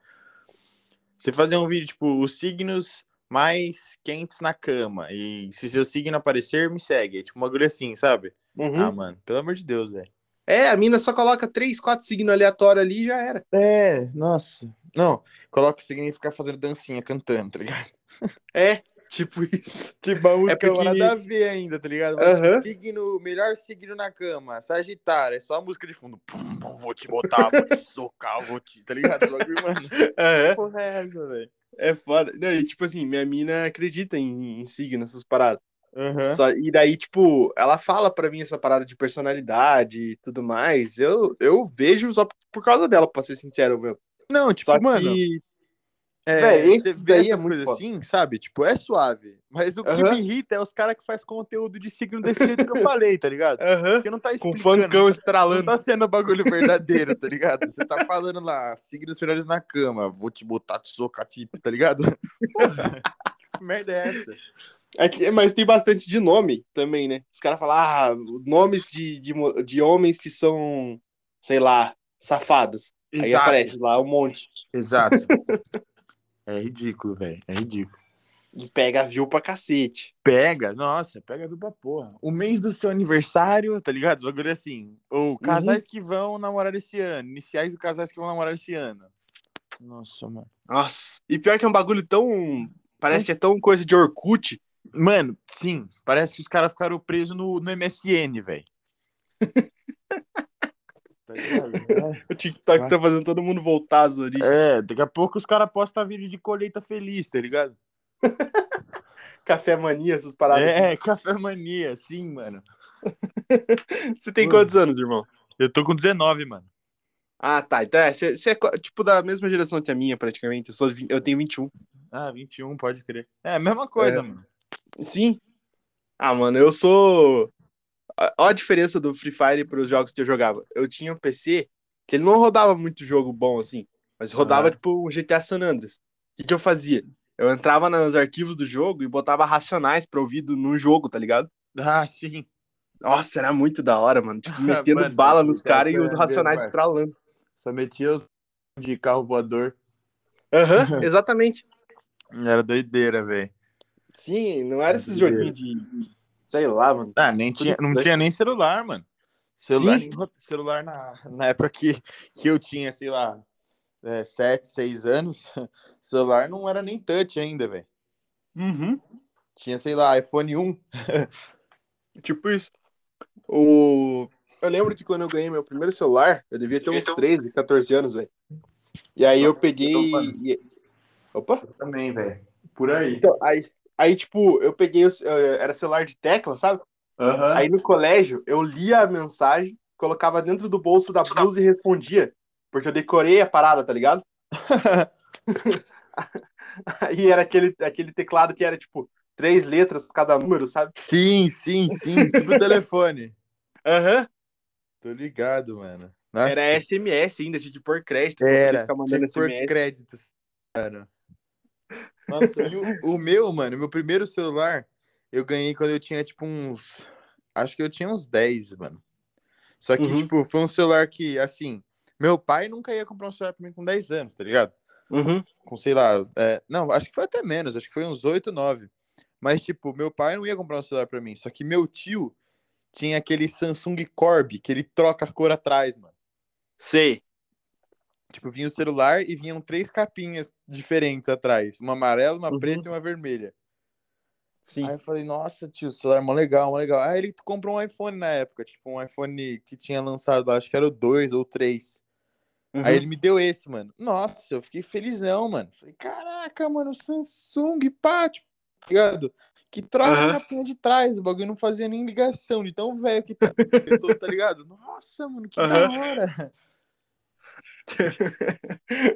Speaker 2: Você fazer um vídeo, tipo, os signos mais quentes na cama. E se seu signo aparecer, me segue. É tipo um bagulho assim, sabe?
Speaker 1: Uhum.
Speaker 2: Ah, mano, pelo amor de Deus, velho.
Speaker 1: É, a mina só coloca três, quatro signos aleatórios ali e já era.
Speaker 2: É, nossa. Não, coloca o signo e fica fazendo dancinha, cantando, tá ligado?
Speaker 1: É, tipo isso.
Speaker 2: Tipo, a música
Speaker 1: É porque-
Speaker 2: nada a ver ainda, tá ligado?
Speaker 1: Aham.
Speaker 2: Signo, melhor signo na cama, Sagitário, é só a música de fundo. Pum, pum, vou te botar, vou te socar, vou te, tá ligado? O bagulho, mano.
Speaker 1: É,
Speaker 2: Porra é essa, velho?
Speaker 1: é foda. Não, e, tipo assim, minha mina acredita em, em signo, essas paradas.
Speaker 2: Aham.
Speaker 1: Só- e daí, tipo, ela fala pra mim essa parada de personalidade e tudo mais. Eu, eu vejo só por causa dela, pra ser sincero, meu.
Speaker 2: Não, tipo,
Speaker 1: Só que
Speaker 2: mano, É,
Speaker 1: Véi, esse
Speaker 2: você vê
Speaker 1: daí é
Speaker 2: essas
Speaker 1: muito
Speaker 2: coisas
Speaker 1: foda.
Speaker 2: assim, sabe? Tipo, é suave. Mas o que
Speaker 1: Aham.
Speaker 2: me irrita é os caras que faz conteúdo de signo desse jeito que eu falei, tá ligado?
Speaker 1: Aham.
Speaker 2: Porque não tá
Speaker 1: Com
Speaker 2: explicando.
Speaker 1: funkão
Speaker 2: Não
Speaker 1: estralando.
Speaker 2: tá sendo bagulho verdadeiro, tá ligado? Você tá falando lá, signos melhores na cama, vou te botar, te socar, te- tá ligado? Porra, que merda é essa?
Speaker 1: É que- mas tem bastante de nome também, né? Os caras falam, ah, nomes de, de, mo- de homens que são, sei lá, safados. Aí aparece lá um monte.
Speaker 2: exato. É ridículo, velho. É ridículo.
Speaker 1: E pega view pra cacete.
Speaker 2: Pega, nossa, pega do pra porra. O mês do seu aniversário, tá ligado? Os bagulho é assim.
Speaker 1: Uhum.
Speaker 2: Ou casais que vão namorar esse ano. Iniciais de casais que vão namorar esse ano. Nossa, Hum. mano.
Speaker 1: Nossa. E pior que é um bagulho tão. Parece que é tão coisa de Orkut.
Speaker 2: Mano, sim. Parece que os caras ficaram presos no, no MSN, velho. tá ligado? É.
Speaker 1: O TikTok tá fazendo todo mundo voltar às origens.
Speaker 2: É, daqui a pouco os caras postam vídeo de colheita feliz, tá ligado?
Speaker 1: Café mania, essas paradas.
Speaker 2: É, café mania, sim, mano.
Speaker 1: assim. Você tem
Speaker 2: Mano.
Speaker 1: quantos anos, irmão?
Speaker 2: Eu tô com 19, mano.
Speaker 1: Ah, tá. Então é, você você é co- tipo da mesma geração que a minha, praticamente. Eu, sou, vi- eu tenho 21.
Speaker 2: Ah, 21, pode crer. É, mesma coisa, mano.
Speaker 1: Sim. Ah, mano, eu sou. Olha a diferença do Free Fire para os jogos que eu jogava. Eu tinha um PC que ele não rodava muito jogo bom assim, mas rodava
Speaker 2: Aham.
Speaker 1: tipo um GTA San Andreas. O que, que eu fazia? Eu entrava nos arquivos do jogo e botava racionais pra ouvir do- no jogo, tá ligado?
Speaker 2: Ah, sim.
Speaker 1: Nossa, era muito da hora, mano. Tipo, metendo
Speaker 2: Ah, Mano,
Speaker 1: bala
Speaker 2: esse é
Speaker 1: nos
Speaker 2: GTA
Speaker 1: caras e
Speaker 2: San
Speaker 1: os
Speaker 2: Andreas,
Speaker 1: racionais
Speaker 2: parça.
Speaker 1: estralando.
Speaker 2: Só metia os de carro voador.
Speaker 1: Aham, exatamente.
Speaker 2: Era doideira, velho.
Speaker 1: Sim, não era esses
Speaker 2: Doideira.
Speaker 1: joguinhos de. Sei lá, mano.
Speaker 2: Ah, nem
Speaker 1: Tudo
Speaker 2: tinha,
Speaker 1: isso
Speaker 2: não
Speaker 1: daí.
Speaker 2: tinha nem celular, mano. Celular,
Speaker 1: Sim.
Speaker 2: celular na, na época que, que eu tinha, sei lá, 7, 6 anos, celular não era nem touch ainda, velho.
Speaker 1: Uhum.
Speaker 2: Tinha, sei lá, iPhone 1.
Speaker 1: Tipo isso. O... Eu lembro que quando eu ganhei meu primeiro celular, eu devia ter uns
Speaker 2: Então-
Speaker 1: 13, 14 anos, velho. E aí eu peguei. e- Opa!
Speaker 2: Também, velho. Por aí.
Speaker 1: Então, aí, aí, tipo, eu peguei. o ce- eh, Era celular de tecla, sabe?
Speaker 2: Aham.
Speaker 1: Aí no colégio, eu lia a mensagem, colocava dentro do bolso da blusa e respondia. Porque eu decorei a parada, tá ligado? Aí era aquele, aquele teclado que era, tipo, três letras cada número, sabe?
Speaker 2: Sim, sim, sim. Tipo o telefone.
Speaker 1: Aham.
Speaker 2: Tô ligado, mano. Nossa,
Speaker 1: Era SMS ainda, tinha de pôr crédito. pra poder
Speaker 2: Era.
Speaker 1: Ficar mandando
Speaker 2: Tinha que pôr
Speaker 1: SMS.
Speaker 2: créditos. Cara. Nossa, e o, o meu, mano, meu primeiro celular, eu ganhei quando eu tinha, tipo, uns. Acho que eu tinha uns 10, mano. Só que,
Speaker 1: Uhum.
Speaker 2: tipo, foi um celular que, assim, meu pai nunca ia comprar um celular pra mim com 10 anos, tá ligado?
Speaker 1: Uhum.
Speaker 2: com, sei lá, é, não, acho que foi até menos, acho que foi uns 8, 9. Mas, tipo, meu pai não ia comprar um celular pra mim, só que meu tio tinha aquele Samsung Corb, que ele troca a cor atrás, mano.
Speaker 1: Sei.
Speaker 2: Tipo, vinha o celular e vinham três capinhas diferentes atrás, uma amarela, uma
Speaker 1: Uhum.
Speaker 2: preta e uma vermelha.
Speaker 1: Sim.
Speaker 2: Aí eu falei, nossa, tio, o celular é mó legal, mó legal. Aí ele comprou um iPhone na época, tipo, um iPhone que tinha lançado, acho que era o 2 ou 3.
Speaker 1: Uhum.
Speaker 2: Aí ele me deu esse, mano. Nossa, eu fiquei felizão, mano. Falei, caraca, mano, Samsung, pá, tipo, tá ligado? Que troca
Speaker 1: Aham.
Speaker 2: a capinha de trás, o bagulho não fazia nem ligação, de tão velho que tá, eu tô, tá ligado? Nossa, mano, que da
Speaker 1: Aham.
Speaker 2: hora.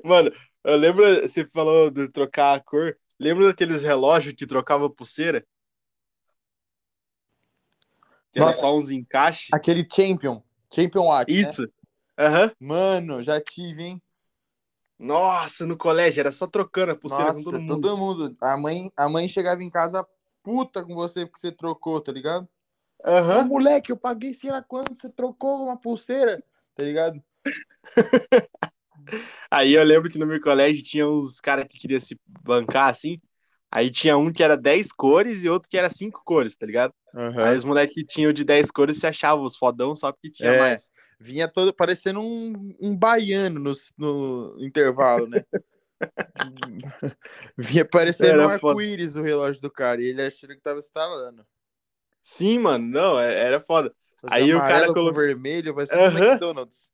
Speaker 1: Mano, eu lembro, você falou de trocar a cor. Lembra daqueles relógios que trocava pulseira? Que era
Speaker 2: Nossa.
Speaker 1: só uns encaixes?
Speaker 2: Aquele Champion, Champion Watch, né?
Speaker 1: Isso. Aham.
Speaker 2: Mano, já tive, hein?
Speaker 1: Nossa, no colégio era só trocando a pulseira
Speaker 2: Nossa,
Speaker 1: com todo mundo.
Speaker 2: todo mundo. A mãe, a mãe chegava em casa puta com você porque você trocou, tá ligado? Ô,
Speaker 1: Aham.
Speaker 2: moleque, eu paguei sei lá quanto, você trocou uma pulseira, tá ligado?
Speaker 1: Aí eu lembro que no meu colégio tinha uns caras que queriam se bancar assim. Aí tinha um que era 10 cores e outro que era 5 cores, tá ligado? Aí os moleques que tinham de 10 cores se achavam os fodão só porque tinha
Speaker 2: É.
Speaker 1: mais.
Speaker 2: Vinha todo parecendo um, um baiano no, no intervalo, né? Vinha parecendo
Speaker 1: Era
Speaker 2: um
Speaker 1: foda.
Speaker 2: arco-íris o relógio do cara. E ele achando que tava instalando.
Speaker 1: Sim, mano, não, é- era foda. Aí o cara colocou-
Speaker 2: vermelho, vai ser
Speaker 1: Aham.
Speaker 2: um McDonald's.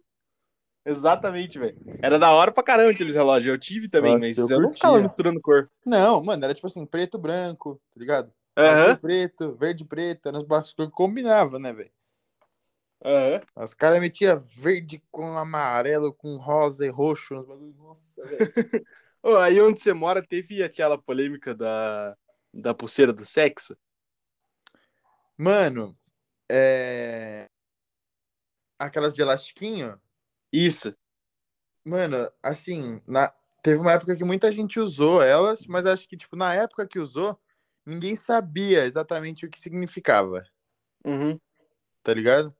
Speaker 1: Exatamente, velho. Era da hora pra caramba aqueles relógios. Eu tive também,
Speaker 2: Nossa,
Speaker 1: mas
Speaker 2: eu
Speaker 1: eu, não ficava
Speaker 2: curtia.
Speaker 1: misturando cor.
Speaker 2: Não, mano, era tipo assim, preto, branco, tá ligado?
Speaker 1: Aham,
Speaker 2: Azul, preto, verde, preto, nas barras que combinava, né, velho?
Speaker 1: aham.
Speaker 2: Os caras metiam verde com amarelo, com rosa e roxo. Nos bagulho. Nossa, velho.
Speaker 1: Ô, aí onde você mora teve aquela polêmica da, da pulseira do sexo?
Speaker 2: Mano, é. Aquelas de elastiquinho?
Speaker 1: Isso.
Speaker 2: Mano, assim, na... teve uma época que muita gente usou elas, mas acho que, tipo, na época que usou, ninguém sabia exatamente o que significava,
Speaker 1: Uhum.
Speaker 2: tá ligado?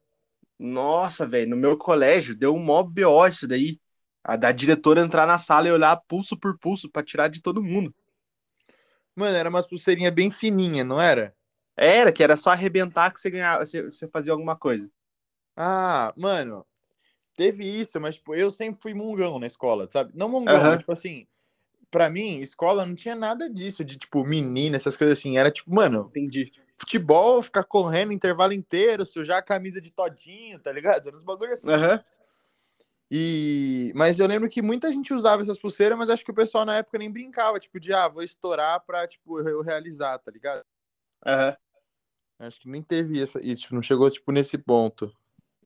Speaker 1: Nossa, velho, no meu colégio deu um mó BO isso daí. A da diretora entrar na sala e olhar pulso por pulso pra tirar de todo mundo.
Speaker 2: Mano, era umas pulseirinhas bem fininha, não era?
Speaker 1: Era, que era só arrebentar que você ganhava, você, você fazia alguma coisa.
Speaker 2: Ah, mano, teve isso, mas tipo, eu sempre fui mungão na escola, sabe? Não mungão,
Speaker 1: Aham.
Speaker 2: mas tipo assim, pra mim, escola não tinha nada disso, de tipo, menina, essas coisas assim. Era tipo, mano,
Speaker 1: Entendi.
Speaker 2: futebol, ficar correndo intervalo inteiro, sujar a camisa de todinho, tá ligado? Era uns bagulho assim.
Speaker 1: Aham.
Speaker 2: E... Mas eu lembro que muita gente usava essas pulseiras, mas acho que o pessoal na época nem brincava, tipo, de, ah, vou estourar pra, tipo, eu realizar, tá ligado?
Speaker 1: Aham.
Speaker 2: Acho que nem teve essa- isso, tipo, não chegou, tipo, nesse ponto.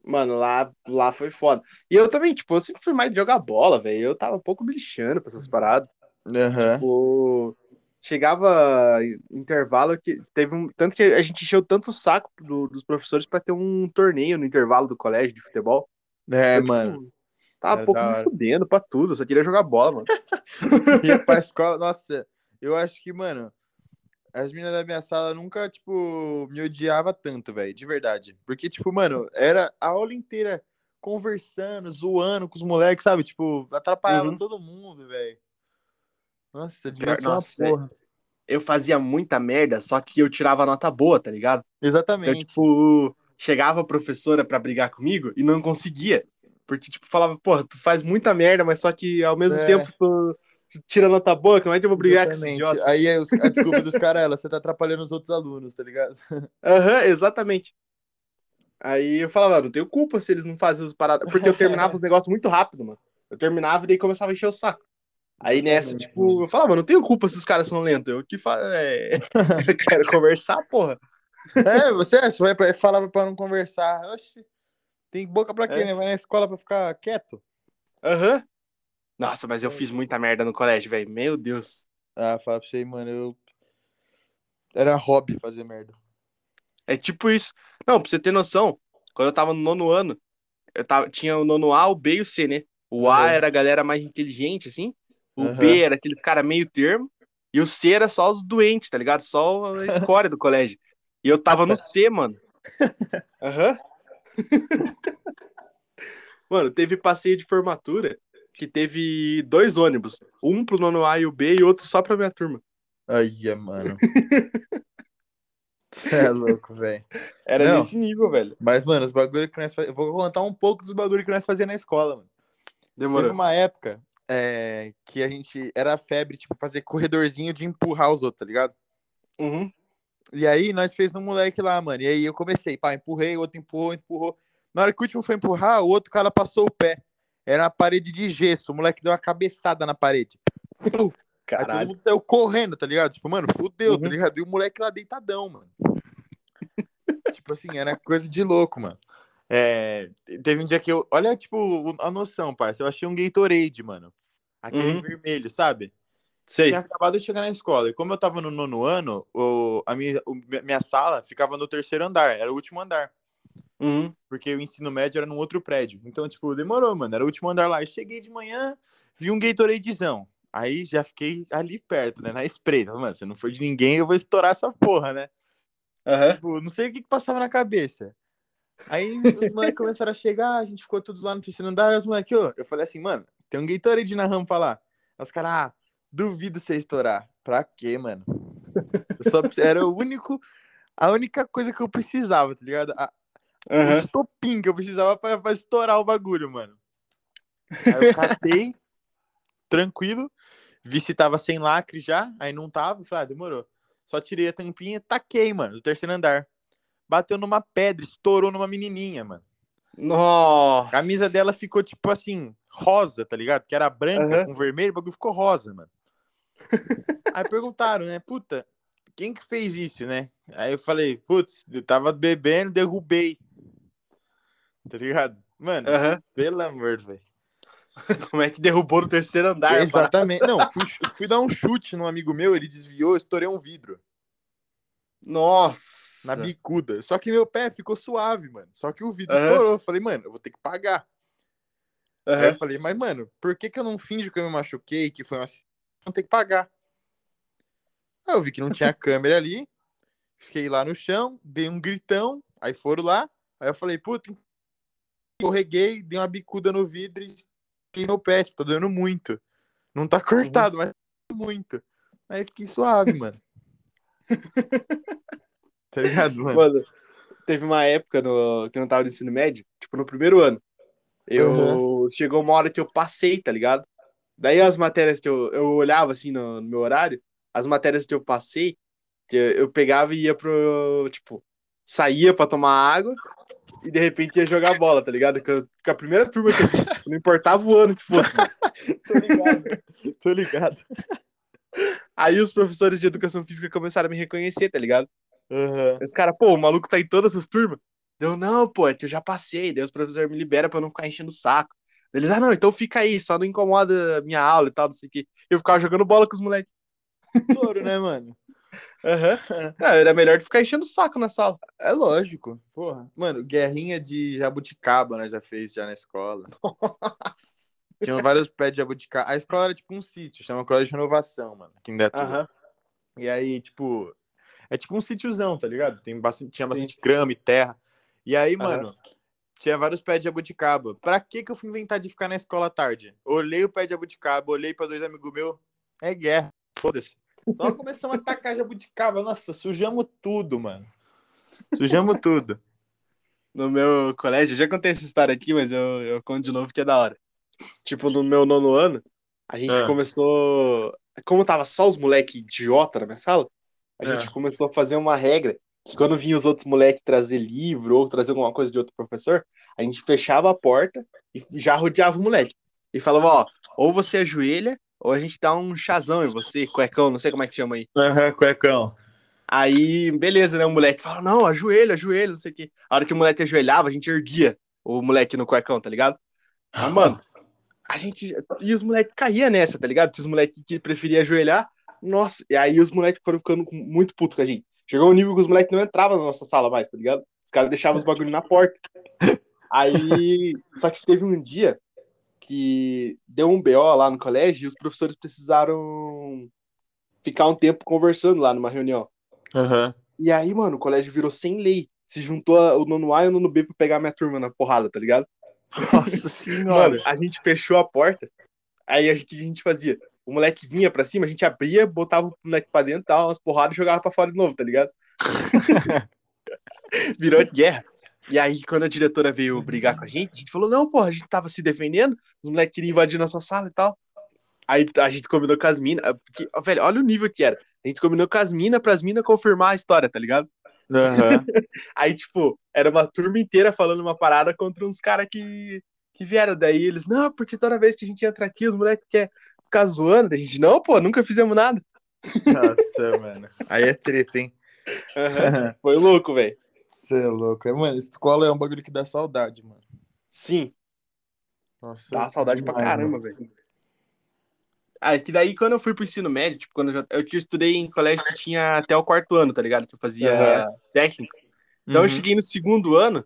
Speaker 1: Mano, lá, lá foi foda. E eu também, tipo, eu sempre fui mais de jogar bola, velho. Eu tava um pouco me lixando pra essas paradas.
Speaker 2: Aham.
Speaker 1: Tipo, chegava intervalo que teve um. Tanto que a gente encheu tanto o saco do- dos professores pra ter um torneio no intervalo do colégio de futebol.
Speaker 2: É,
Speaker 1: Eu, tipo,
Speaker 2: mano.
Speaker 1: Tava
Speaker 2: É
Speaker 1: um pouco
Speaker 2: da
Speaker 1: me
Speaker 2: hora.
Speaker 1: fudendo pra tudo, só queria jogar bola, mano.
Speaker 2: Ia pra escola, nossa, eu acho que, mano, as meninas da minha sala nunca, tipo, me odiava tanto, velho, de verdade. Porque, tipo, mano, era a aula inteira conversando, zoando com os moleques, sabe? Tipo, atrapalhava
Speaker 1: Uhum.
Speaker 2: todo mundo, velho. Nossa, devia
Speaker 1: Pior-
Speaker 2: ser uma
Speaker 1: nossa, é.
Speaker 2: porra.
Speaker 1: Eu fazia muita merda, só que eu tirava nota boa, tá ligado? Então,
Speaker 2: Exatamente.
Speaker 1: tipo, chegava a professora pra brigar comigo e não conseguia. Porque, tipo, falava, porra, tu faz muita merda, mas só que ao mesmo
Speaker 2: É.
Speaker 1: tempo tu, tu tira nota boa, como é que eu vou brigar com esse
Speaker 2: Exatamente.
Speaker 1: idiota?
Speaker 2: Aí é os- a desculpa dos caras, ela, você tá atrapalhando os outros alunos, tá ligado?
Speaker 1: Aham, exatamente. Aí eu falava, "Ah, não tenho culpa se eles não fazem as paradas. Porque eu terminava os negócios muito rápido, mano. Eu terminava e daí começava a encher o saco. Aí nessa,
Speaker 2: Exatamente.
Speaker 1: tipo, eu falava, não tenho culpa se os caras são lentos. Eu que fa... é... eu quero conversar, porra.
Speaker 2: É, você acha? Vai pra- Falava pra não conversar. Oxi, tem boca pra quê,
Speaker 1: É.
Speaker 2: né? Vai na escola pra ficar quieto?
Speaker 1: Aham. Nossa, mas eu fiz muita merda no colégio, velho. Meu Deus.
Speaker 2: Ah, falar pra você, aí, mano, eu. Era hobby fazer merda.
Speaker 1: É tipo isso. Não, pra você ter noção, quando eu tava no nono ano, eu tava, tinha o nono A, o B e o C, né? O A
Speaker 2: Aham.
Speaker 1: era a galera mais inteligente, assim. O
Speaker 2: Aham.
Speaker 1: B era aqueles caras meio termo. E o C era só os doentes, tá ligado? Só a escória do colégio. E eu tava no C, mano. Aham. Mano, teve passeio de formatura que teve dois ônibus. Um pro nono A e o B e outro só pra minha turma.
Speaker 2: Aí, é, mano. Você é louco, velho.
Speaker 1: Era
Speaker 2: Não.
Speaker 1: nesse nível, velho.
Speaker 2: Mas, mano, os bagulho que nós fazíamos. Eu vou contar um pouco dos bagulho que nós fazíamos na escola, mano. Teve
Speaker 1: Demorou.
Speaker 2: uma época é, que a gente era febre, tipo, fazer corredorzinho de empurrar os outros, tá ligado?
Speaker 1: Uhum.
Speaker 2: E aí nós fez no moleque lá, mano. E aí eu comecei, pá, empurrei, o outro empurrou, empurrou. Na hora que o último foi empurrar, o outro cara passou o pé. Era uma parede de gesso. O moleque deu uma cabeçada na parede. Pum! Aí todo
Speaker 1: Caralho.
Speaker 2: mundo saiu correndo, tá ligado? Tipo, mano, fudeu, tá
Speaker 1: Uhum.
Speaker 2: ligado? E o moleque lá deitadão, mano. tipo assim, era coisa de louco, mano. É, te- teve um dia que eu. Olha, tipo, o- a noção, parça. Eu achei um Gatorade, mano. Aquele
Speaker 1: Uhum.
Speaker 2: vermelho, sabe? Tinha
Speaker 1: Sei.
Speaker 2: acabado de chegar na escola. E como eu tava no nono ano, o, a minha, o- minha- minha sala ficava no terceiro andar, era o último andar.
Speaker 1: Uhum.
Speaker 2: Porque o ensino médio era num outro prédio. Então, tipo, demorou, mano. Era o último andar lá. E cheguei de manhã, vi um Gatoradezão. Aí já fiquei ali perto, né? Na espreita. Falei, Mano, se não for de ninguém, eu vou estourar essa porra, né?
Speaker 1: Aham.
Speaker 2: Tipo, não sei o que, que passava na cabeça. Aí os moleques começaram a chegar, a gente ficou tudo lá no terceiro andar, e os moleques, ô, eu falei assim, mano, tem um Gatorade na rampa lá. Aí Os caras, ah, duvido você estourar. Pra quê, mano? Eu só precis- era o único, a única coisa que eu precisava, tá ligado? A, O
Speaker 1: Aham.
Speaker 2: estopim que eu precisava pra, pra estourar o bagulho, mano. Aí eu catei, tranquilo, vi se tava sem lacre já, aí não tava, falei, ah, demorou. Só tirei a tampinha, e taquei, mano, do terceiro andar. Bateu numa pedra, estourou numa menininha, mano.
Speaker 1: Nossa.
Speaker 2: A camisa dela ficou tipo assim, rosa, tá ligado? Que era branca
Speaker 1: Aham.
Speaker 2: com vermelho, o bagulho ficou rosa, mano. Aí perguntaram, né? Puta, quem que fez isso, né? Aí eu falei, putz, eu tava bebendo, derrubei. Tá ligado? Mano,
Speaker 1: Aham.
Speaker 2: pelo amor, velho.
Speaker 1: Como é que derrubou no terceiro andar? rapaz?
Speaker 2: Exatamente. Não, fui, fui dar um chute num amigo meu, ele desviou, eu estourei um vidro
Speaker 1: Nossa.
Speaker 2: na bicuda. Só que meu pé ficou suave, mano. Só que o vidro
Speaker 1: Aham.
Speaker 2: estourou. Eu falei, mano, eu vou ter que pagar. Aí eu
Speaker 1: Aham.
Speaker 2: falei, mas, mano, por que, que eu não finjo que eu me machuquei, que foi um acidente? Não tem que pagar. Aí eu vi que não tinha câmera ali. Fiquei lá no chão, dei um gritão. Aí foram lá. Aí eu falei, puta, escorreguei, dei uma bicuda no vidro e fiquei meu pé. Tipo, tá doendo muito. Não tá cortado, mas tá doendo muito. Aí fiquei suave, mano. tá ligado, mano?
Speaker 1: Mano, teve uma época no, que eu não tava no ensino médio, tipo, no primeiro ano. Eu chegou uma hora que eu passei, tá ligado? Daí as matérias que eu, eu olhava assim no, no meu horário, as matérias que eu passei, que eu, eu pegava e ia pro, tipo, saía pra tomar água e de repente ia jogar bola, tá ligado? Que eu- Com a primeira turma que eu fiz, tipo, não importava o ano que fosse. mano.
Speaker 2: Tô ligado. Tô ligado.
Speaker 1: Aí os professores de educação física começaram a me reconhecer, tá ligado?
Speaker 2: Aham.
Speaker 1: Aí Os caras, pô, o maluco tá em todas as turmas. Deu, não, pô, é que eu já passei. Daí os professores me liberam pra eu não ficar enchendo o saco. Eles, ah, não, então fica aí, só não incomoda a minha aula e tal, não sei o quê. Eu ficava jogando bola com os moleques.
Speaker 2: Touro, né, mano?
Speaker 1: Aham. Ah, era melhor de ficar enchendo o saco na sala.
Speaker 2: É lógico, porra. Mano, guerrinha de jabuticaba nós já fez já na escola. Tinham vários pés de jabuticaba. A escola era tipo um sítio, chama Colégio de Renovação, mano. é Aqui em Detuba.
Speaker 1: Aham.
Speaker 2: E aí, tipo, é tipo um sítiozão, tá ligado? Tem bastante, tinha
Speaker 1: Sim.
Speaker 2: bastante grama e terra. E aí,
Speaker 1: Aham.
Speaker 2: mano, tinha vários pés de jabuticaba. Pra que que eu fui inventar de ficar na escola à tarde? Olhei o pé de jabuticaba, olhei pra dois amigos meus, é guerra, foda-se. Só começamos a atacar jabuticaba, nossa, sujamos tudo, mano. Sujamos tudo.
Speaker 1: No meu colégio, eu já contei essa história aqui, mas eu, eu conto de novo que é da hora. Tipo, no meu nono ano, a gente
Speaker 2: Ah.
Speaker 1: começou. Como tava só os moleques idiota na minha sala, a
Speaker 2: Ah.
Speaker 1: gente começou a fazer uma regra que quando vinha os outros moleques trazer livro ou trazer alguma coisa de outro professor, a gente fechava a porta e já rodeava o moleque. E falava, ó, ou você ajoelha, ou a gente dá um chazão em você, cuecão, não sei como é que chama aí.
Speaker 2: Aham, cuecão.
Speaker 1: Aí, beleza, né? O moleque fala, não, ajoelha, ajoelha, não sei o quê. A hora que o moleque ajoelhava, a gente erguia o moleque no cuecão, tá ligado? Mas, mano, a gente. E os moleques caíam nessa, tá ligado? Tinha os moleques que preferiam ajoelhar. Nossa, e aí os moleques foram ficando com- muito puto com a gente. Chegou um nível que os moleques não entravam na nossa sala mais, tá ligado? Os caras deixavam os bagulho na porta. Aí. Só que teve um dia que deu um BO lá no colégio e os professores precisaram ficar um tempo conversando lá numa reunião.
Speaker 2: Aham.
Speaker 1: E aí, mano, o colégio virou sem lei. Se juntou a- o nono A e o nono B pra pegar minha turma na porrada, tá ligado?
Speaker 2: Nossa
Speaker 1: Mano, a gente fechou a porta. Aí a gente, a gente fazia. O moleque vinha pra cima, a gente abria, botava o moleque pra dentro, dava umas porradas e jogava pra fora de novo, tá ligado? Virou guerra. E aí, quando a diretora veio brigar com a gente, a gente falou: não, porra, a gente tava se defendendo, os moleques queriam invadir nossa sala e tal. Aí a gente combinou com as minas. porque, ó, Velho, olha o nível que era. A gente combinou com as minas pras minas confirmar a história, tá ligado?
Speaker 2: Aham.
Speaker 1: Aí, tipo, era uma turma inteira falando uma parada contra uns caras que, que vieram. Daí eles, não, porque toda vez que a gente entra aqui, os moleques querem ficar zoando. Daí A gente, não, pô, nunca fizemos nada.
Speaker 2: Nossa, mano. Aí é treta, hein?
Speaker 1: Foi louco, velho.
Speaker 2: Você é louco. É, Mano, escola é um bagulho que dá saudade, mano.
Speaker 1: Sim,
Speaker 2: Nossa,
Speaker 1: dá saudade pra
Speaker 2: demais, né?
Speaker 1: caramba, velho. Ah, é que daí quando eu fui pro ensino médio, tipo, quando eu, já, eu estudei em colégio que tinha até o quarto ano, tá ligado? Que eu fazia técnico. Então
Speaker 2: Mano.
Speaker 1: eu cheguei no segundo ano,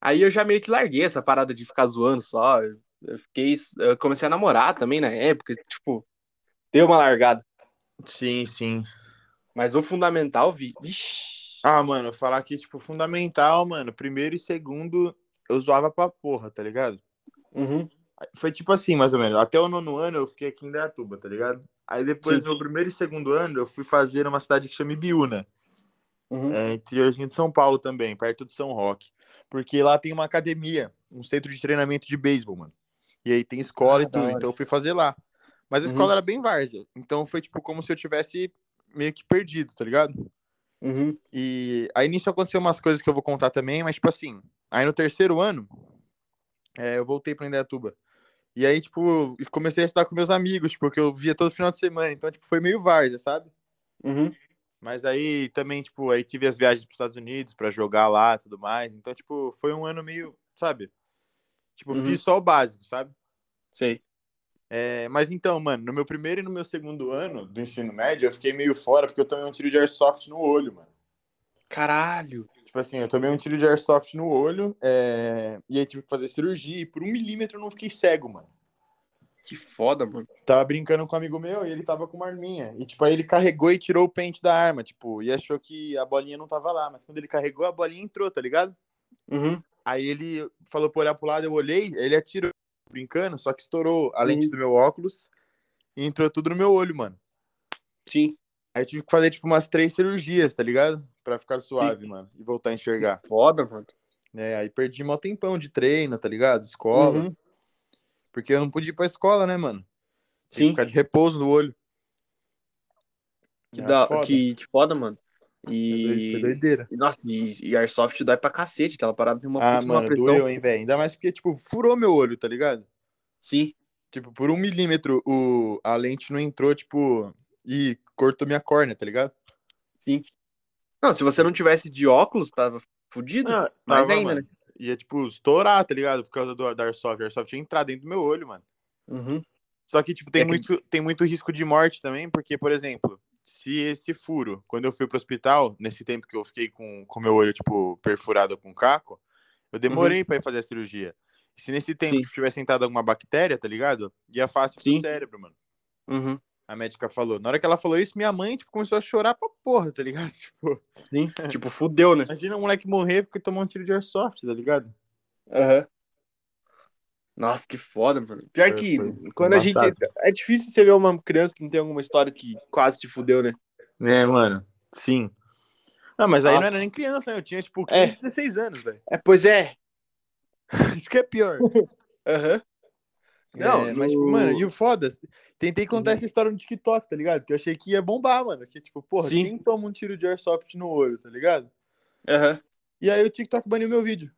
Speaker 1: aí eu já meio que larguei essa parada de ficar zoando só. Eu, eu fiquei. Eu comecei a namorar também na época, tipo, deu uma largada.
Speaker 2: Uhum. Sim, sim.
Speaker 1: Mas o fundamental, vi. Vixe.
Speaker 2: Ah, mano, falar que, tipo, fundamental, mano. Primeiro e segundo, eu zoava pra porra, tá ligado?
Speaker 1: Uhum.
Speaker 2: Foi tipo assim, mais ou menos. Até o nono ano eu fiquei aqui em Datuba, tá ligado? Aí depois,
Speaker 1: Sim.
Speaker 2: no primeiro e segundo ano, eu fui fazer numa cidade que chama Ibiúna.
Speaker 1: Uhum.
Speaker 2: É, interiorzinho de São Paulo também, perto de São Roque. Porque lá tem uma academia, um centro de treinamento de beisebol, mano. E aí tem escola
Speaker 1: Ah,
Speaker 2: e
Speaker 1: da
Speaker 2: tudo,
Speaker 1: hora.
Speaker 2: então eu fui fazer lá. Mas a
Speaker 1: Uhum.
Speaker 2: escola era bem várzea, então foi tipo como se eu tivesse meio que perdido, tá ligado?
Speaker 1: Uhum.
Speaker 2: E aí nisso aconteceu umas coisas que eu vou contar também, mas tipo assim, aí no terceiro ano, é, eu voltei pra Indaiatuba. E aí, tipo, eu comecei a estudar com meus amigos, tipo, que eu via todo final de semana, então tipo, foi meio várzea, sabe?
Speaker 1: Uhum.
Speaker 2: Mas aí também, tipo, aí tive as viagens para os Estados Unidos para jogar lá e tudo mais. Então, tipo, foi um ano meio, sabe? Tipo,
Speaker 1: Uhum.
Speaker 2: fiz só o básico, sabe?
Speaker 1: Sei.
Speaker 2: É, mas então, mano, no meu primeiro e no meu segundo ano do ensino médio, eu fiquei meio fora porque eu tomei um tiro de airsoft no olho, mano.
Speaker 1: Caralho.
Speaker 2: Tipo assim, eu tomei um tiro de airsoft no olho é, e aí tive que fazer cirurgia e por um milímetro eu não fiquei cego, mano.
Speaker 1: Que foda, mano.
Speaker 2: Tava brincando com um amigo meu e ele tava com uma arminha. E, tipo, aí ele carregou e tirou o pente da arma, tipo, e achou que a bolinha não tava lá. Mas quando ele carregou, a bolinha entrou, tá ligado?
Speaker 1: Uhum.
Speaker 2: Aí ele falou pra olhar pro lado, eu olhei, ele atirou brincando, só que estourou a
Speaker 1: Uhum.
Speaker 2: lente do meu óculos e entrou tudo no meu olho, mano.
Speaker 1: Sim.
Speaker 2: Aí eu tive que fazer, tipo, umas três cirurgias, tá ligado? Pra ficar suave, mano, e voltar a enxergar.
Speaker 1: Foda, mano.
Speaker 2: É, aí perdi mó tempão de treino, tá ligado? Escola.
Speaker 1: Uhum.
Speaker 2: Porque eu não podia ir pra escola, né, mano?
Speaker 1: Sim.
Speaker 2: Tinha que ficar de repouso no olho.
Speaker 1: Que,
Speaker 2: É
Speaker 1: da-
Speaker 2: foda.
Speaker 1: que, que foda, mano.
Speaker 2: Foi doi-
Speaker 1: E.
Speaker 2: foi doideira.
Speaker 1: e, Nossa, e, e Airsoft dói pra cacete, aquela parada tem uma,
Speaker 2: Ah,
Speaker 1: puta de uma
Speaker 2: mano,
Speaker 1: pressão.
Speaker 2: doeu, hein, velho. Ainda mais porque, tipo, furou meu olho, tá ligado?
Speaker 1: Sim.
Speaker 2: Tipo, por um milímetro o... a lente não entrou, tipo, e cortou minha córnea, tá ligado?
Speaker 1: Não, se você não tivesse de óculos, tava fudido.
Speaker 2: Ah, Tipo,
Speaker 1: mais ainda, né?
Speaker 2: Ia, tipo, estourar, tá ligado? Por causa do, da Airsoft. A Airsoft ia entrar dentro do meu olho, mano.
Speaker 1: Uhum.
Speaker 2: Só que, tipo, tem,
Speaker 1: É que-
Speaker 2: muito, tem muito risco de morte também, porque, por exemplo, se esse furo, quando eu fui pro hospital, nesse tempo que eu fiquei com o meu olho, tipo, perfurado com caco, eu demorei pra ir fazer a cirurgia. Se nesse tempo
Speaker 1: Uhum. Sim.
Speaker 2: tivesse entrado alguma bactéria, tá ligado? Ia fácil
Speaker 1: Sim.
Speaker 2: pro cérebro, mano.
Speaker 1: Uhum.
Speaker 2: A médica falou. Na hora que ela falou isso, minha mãe, tipo, começou a chorar pra porra, tá ligado? Tipo,
Speaker 1: Sim. tipo, fudeu, né?
Speaker 2: imagina um moleque morrer porque tomou um tiro de airsoft, tá ligado?
Speaker 1: Aham. Nossa, que foda, mano. Pior
Speaker 2: Foi-
Speaker 1: que
Speaker 2: É, foi- foi
Speaker 1: quando a gente.
Speaker 2: embaçado.
Speaker 1: É difícil você ver uma criança que não tem alguma história que quase se fudeu, né?
Speaker 2: É, mano. Sim. Ah, mas aí
Speaker 1: Nossa.
Speaker 2: não era nem criança, né? Eu tinha, tipo,
Speaker 1: É.
Speaker 2: 15, 16 anos, velho.
Speaker 1: É, pois é.
Speaker 2: Isso que é pior.
Speaker 1: Aham.
Speaker 2: Não, Uhum.
Speaker 1: É,
Speaker 2: mas,
Speaker 1: no-
Speaker 2: tipo, mano, e o foda, tentei contar essa história no TikTok, tá ligado? Que eu achei que ia bombar, mano. Que, tipo, porra,
Speaker 1: Sim.
Speaker 2: quem toma um tiro de airsoft no olho, tá ligado?
Speaker 1: Aham.
Speaker 2: E aí o TikTok baniu meu vídeo.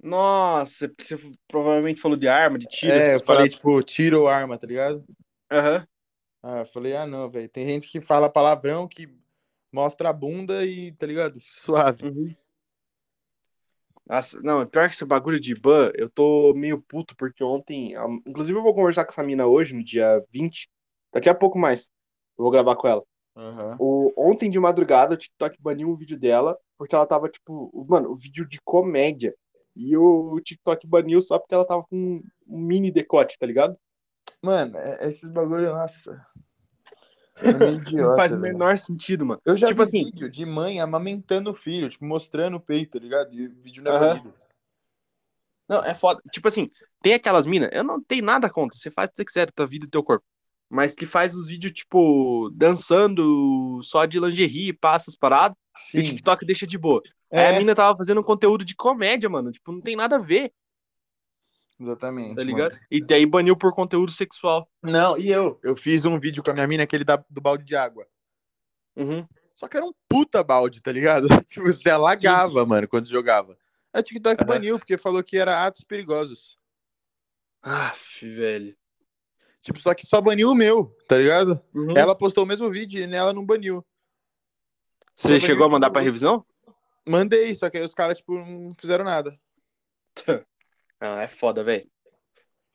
Speaker 1: Nossa, você provavelmente falou de arma, de tiro.
Speaker 2: é, eu
Speaker 1: essas
Speaker 2: falei, tipo, tiro ou arma, tá ligado?
Speaker 1: paradas. Aham.
Speaker 2: Ah, eu falei, ah, não, velho. Tem gente que fala palavrão, que mostra a bunda e, tá ligado? Suave.
Speaker 1: Uhum. Nossa, não, é pior que esse bagulho de ban, eu tô meio puto porque ontem. ah, Inclusive, eu vou conversar com essa mina hoje, no dia 20. Daqui a pouco mais. Eu vou gravar com ela.
Speaker 2: Aham.
Speaker 1: O, ontem de madrugada, o TikTok baniu um vídeo dela, porque ela tava, tipo, o- mano, o vídeo de comédia. E o, o TikTok baniu só porque ela tava com um, um mini decote, tá ligado?
Speaker 2: Mano, é- esses bagulho, nossa. É meio idiota,
Speaker 1: Não faz o
Speaker 2: velho.
Speaker 1: menor sentido, mano.
Speaker 2: Eu já
Speaker 1: Tipo
Speaker 2: vi
Speaker 1: assim-
Speaker 2: vídeo de mãe amamentando o filho, tipo, mostrando o peito, tá ligado? E o vídeo não é
Speaker 1: Aham.
Speaker 2: banido.
Speaker 1: Não, é foda. Tipo assim, tem aquelas minas, eu não tenho nada contra, você faz o que você quiser da tua vida e do teu corpo. Mas que faz os vídeos, tipo, dançando só de lingerie, passa as paradas, e tipo, o
Speaker 2: Sim.
Speaker 1: TikTok deixa de boa. Aí a
Speaker 2: É,
Speaker 1: mina tava fazendo um conteúdo de comédia, mano. Tipo, não tem nada a ver,
Speaker 2: exatamente.
Speaker 1: tá
Speaker 2: mano.
Speaker 1: ligado? E daí baniu por conteúdo sexual.
Speaker 2: Não, e eu? Eu fiz um vídeo com a minha mina, aquele da, do balde de água.
Speaker 1: Uhum.
Speaker 2: Só que era um puta balde, tá ligado? Tipo, você alagava, mano, quando jogava. A TikTok
Speaker 1: Aham.
Speaker 2: baniu, porque falou que era atos perigosos.
Speaker 1: Aff, Ah, velho.
Speaker 2: Tipo, só que só baniu o meu, tá ligado?
Speaker 1: Uhum.
Speaker 2: Ela postou o mesmo vídeo e nela não baniu.
Speaker 1: Você chegou a mandar pra revisão?
Speaker 2: Mandei, só que aí os caras, tipo, não fizeram nada.
Speaker 1: Ah, é foda, velho.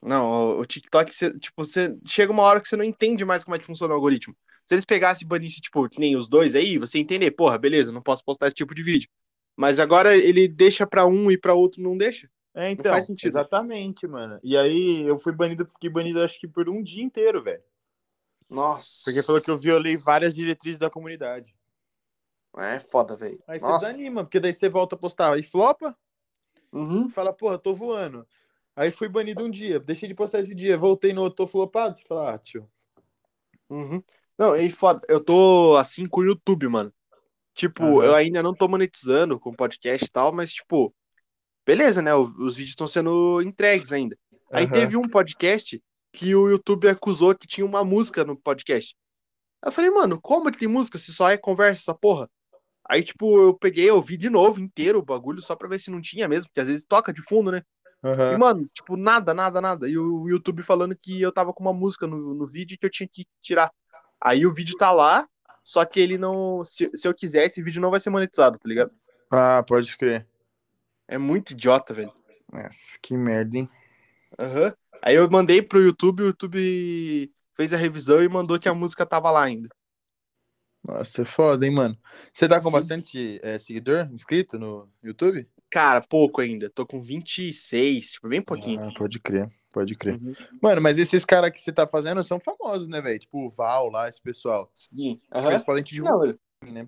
Speaker 1: Não, o- o TikTok, cê- tipo, você chega uma hora que você não entende mais como é que funciona o algoritmo. Se eles pegassem e banissem, tipo, que nem os dois aí, você entender, porra, beleza, não posso postar esse tipo de vídeo. Mas agora ele deixa pra um e pra outro não deixa?
Speaker 2: É,
Speaker 1: então, faz sentido.
Speaker 2: Exatamente, mano. E aí eu fui banido, fiquei banido acho que por um dia inteiro, velho.
Speaker 1: Nossa.
Speaker 2: Porque falou que eu violei várias diretrizes da comunidade.
Speaker 1: É foda, velho.
Speaker 2: Aí você
Speaker 1: Nossa.
Speaker 2: desanima, porque daí você volta a postar e flopa,
Speaker 1: Uhum.
Speaker 2: fala, porra, tô voando. Aí fui banido um dia, deixei de postar esse dia, voltei no outro, tô flopado. Você fala, ah, tio.
Speaker 1: Uhum. Não, e foda, eu tô assim com o YouTube, mano. Tipo,
Speaker 2: Aham.
Speaker 1: eu ainda não tô monetizando com podcast e tal, mas, tipo, beleza, né? o- Os vídeos estão sendo entregues ainda. Aí
Speaker 2: Aham.
Speaker 1: teve um podcast que o YouTube acusou que tinha uma música no podcast. Eu falei, mano, como que tem música se só é conversa essa porra? Aí, tipo, eu peguei, eu ouvi de novo inteiro o bagulho só pra ver se não tinha mesmo, porque às vezes toca de fundo, né? E,
Speaker 2: Aham.
Speaker 1: mano, tipo, nada, nada, nada. E o YouTube falando que eu tava com uma música no, no vídeo que eu tinha que tirar. Aí o vídeo tá lá, só que ele não. Se, se eu quiser, esse vídeo não vai ser monetizado, tá ligado?
Speaker 2: Ah, pode crer.
Speaker 1: É muito idiota, velho.
Speaker 2: Nossa, que merda, hein?
Speaker 1: Aham. Aí eu mandei pro YouTube, o YouTube fez a revisão e mandou que a música tava lá ainda.
Speaker 2: Nossa, é foda, hein, mano? Você tá com
Speaker 1: Sim.
Speaker 2: bastante é, seguidor inscrito no YouTube?
Speaker 1: Cara, pouco ainda. Tô com 26, tipo, bem pouquinho.
Speaker 2: Ah, pode crer, pode crer.
Speaker 1: Uhum.
Speaker 2: Mano, mas esses caras que você tá fazendo são famosos, né, velho? Tipo o Val lá, esse pessoal.
Speaker 1: Sim.
Speaker 2: Eles podem te divulgar,
Speaker 1: Não, eu-
Speaker 2: né?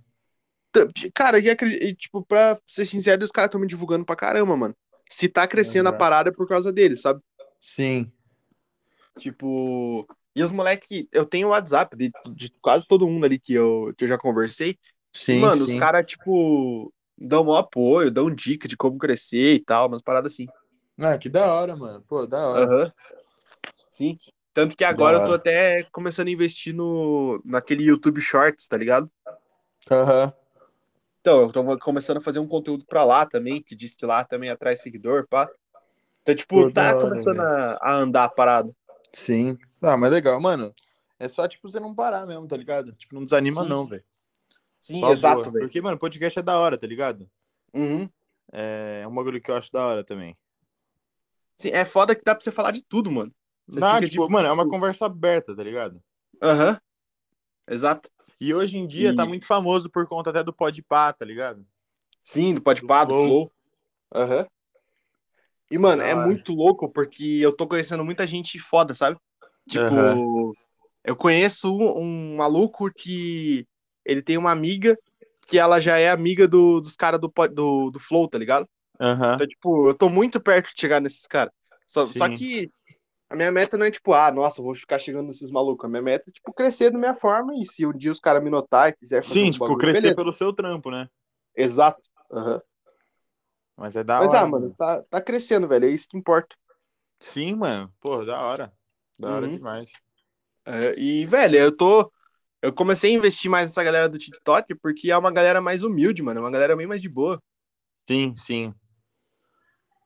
Speaker 1: T- Cara, e, acre- e, tipo, pra ser sincero, os caras estão me divulgando pra caramba, mano. Se tá crescendo a
Speaker 2: Uhum.
Speaker 1: parada é por causa deles, sabe?
Speaker 2: Sim.
Speaker 1: Tipo, e os moleque, eu tenho o WhatsApp de, de quase todo mundo ali que eu, que eu já conversei.
Speaker 2: Sim,
Speaker 1: mano,
Speaker 2: sim.
Speaker 1: os caras, tipo, dão um apoio, dão dica de como crescer e tal, umas paradas assim.
Speaker 2: Ah, que da hora, mano. Pô, da hora.
Speaker 1: Aham. Sim. Tanto que agora
Speaker 2: Da
Speaker 1: eu tô
Speaker 2: hora.
Speaker 1: até começando a investir no, naquele YouTube Shorts, tá ligado?
Speaker 2: Aham.
Speaker 1: Então, eu tô começando a fazer um conteúdo pra lá também, que diz que lá também atrai seguidor, pá. Então, tipo,
Speaker 2: Pô,
Speaker 1: tá
Speaker 2: da hora,
Speaker 1: começando a, a andar a parada.
Speaker 2: Sim. Ah, mas legal, mano. É só, tipo, você não parar mesmo, tá ligado? Tipo, não desanima,
Speaker 1: Sim.
Speaker 2: não, velho.
Speaker 1: Sim,
Speaker 2: Só
Speaker 1: exato,
Speaker 2: boa.
Speaker 1: velho.
Speaker 2: Porque, mano, podcast é da hora, tá ligado?
Speaker 1: Uhum.
Speaker 2: É é um bagulho que eu acho da hora também.
Speaker 1: Sim, é foda que dá pra você falar de tudo, mano. Você
Speaker 2: Não,
Speaker 1: fica
Speaker 2: tipo,
Speaker 1: tipo.
Speaker 2: mano, é uma conversa aberta, tá ligado?
Speaker 1: Aham. Exato.
Speaker 2: E hoje em dia tá
Speaker 1: E-
Speaker 2: muito famoso por conta até do Podpah, tá ligado?
Speaker 1: Sim, do Podpah, do
Speaker 2: Flow.
Speaker 1: Flow. Aham. E, mano,
Speaker 2: Da
Speaker 1: é
Speaker 2: hora.
Speaker 1: muito louco porque eu tô conhecendo muita gente foda, sabe? Tipo, eu conheço um, um maluco que ele tem uma amiga que ela já é amiga do- dos caras do, pod- do, do Flow, tá ligado?
Speaker 2: Aham.
Speaker 1: Então, tipo, eu tô muito perto de chegar nesses caras. Só, só
Speaker 2: Sim.
Speaker 1: que a minha meta não é, tipo, ah, nossa, eu vou ficar chegando nesses malucos. A minha meta é, tipo, crescer da minha forma e se um dia os caras me notar e quiser fazer
Speaker 2: Sim,
Speaker 1: um
Speaker 2: tipo,
Speaker 1: bagulho,
Speaker 2: crescer
Speaker 1: beleza.
Speaker 2: pelo seu trampo, né?
Speaker 1: Exato. Aham.
Speaker 2: Mas é da
Speaker 1: Mas,
Speaker 2: hora.
Speaker 1: ah, mano, tá, tá crescendo, velho. É isso que importa.
Speaker 2: Sim, mano. Pô, da hora. Da hora
Speaker 1: Uhum.
Speaker 2: demais.
Speaker 1: É, e, velho, eu tô. Eu comecei a investir mais nessa galera do TikTok porque é uma galera mais humilde, mano. É uma galera bem mais de boa.
Speaker 2: Sim, sim. É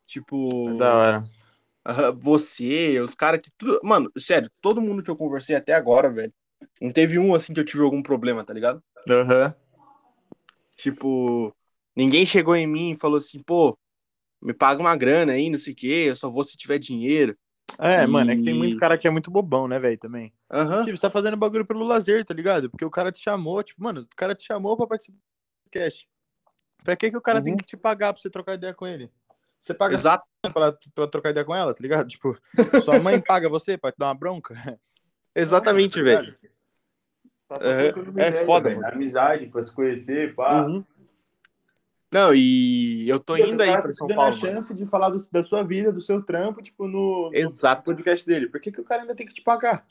Speaker 1: Tipo,
Speaker 2: da hora.
Speaker 1: aham, você, os caras que. tudo- Mano, sério, todo mundo que eu conversei até agora, velho. Não teve um assim que eu tive algum problema, tá ligado?
Speaker 2: Aham.
Speaker 1: Tipo, ninguém chegou em mim e falou assim, pô, me paga uma grana aí, não sei o quê, eu só vou se tiver dinheiro.
Speaker 2: É,
Speaker 1: E-
Speaker 2: mano, é que tem muito cara que é muito bobão, né, velho, também.
Speaker 1: Aham,
Speaker 2: Tipo, você tá fazendo bagulho pelo lazer, tá ligado? Porque o cara te chamou, tipo, mano, o cara te chamou pra participar do podcast. Pra que que o cara tem
Speaker 1: Uhum.
Speaker 2: que te pagar pra você trocar ideia com ele? Você paga
Speaker 1: exato.
Speaker 2: pra, pra trocar ideia com ela, tá ligado? Tipo, sua mãe paga você pra te dar uma bronca?
Speaker 1: Exatamente,
Speaker 2: Não, tá
Speaker 1: velho.
Speaker 2: ligado? Tá só
Speaker 1: É,
Speaker 2: trocando uma
Speaker 1: é
Speaker 2: ideia,
Speaker 1: foda,
Speaker 2: velho. Amizade, pra se conhecer, pá.
Speaker 1: Uhum. Não, e eu tô
Speaker 2: Pô, o
Speaker 1: indo
Speaker 2: cara
Speaker 1: aí
Speaker 2: tá
Speaker 1: pra
Speaker 2: te
Speaker 1: São
Speaker 2: dando a
Speaker 1: Paulo, mano.
Speaker 2: chance de falar do- da sua vida, do seu trampo, tipo, no, no
Speaker 1: Exato.
Speaker 2: podcast dele. Por que, que o cara ainda tem que te pagar?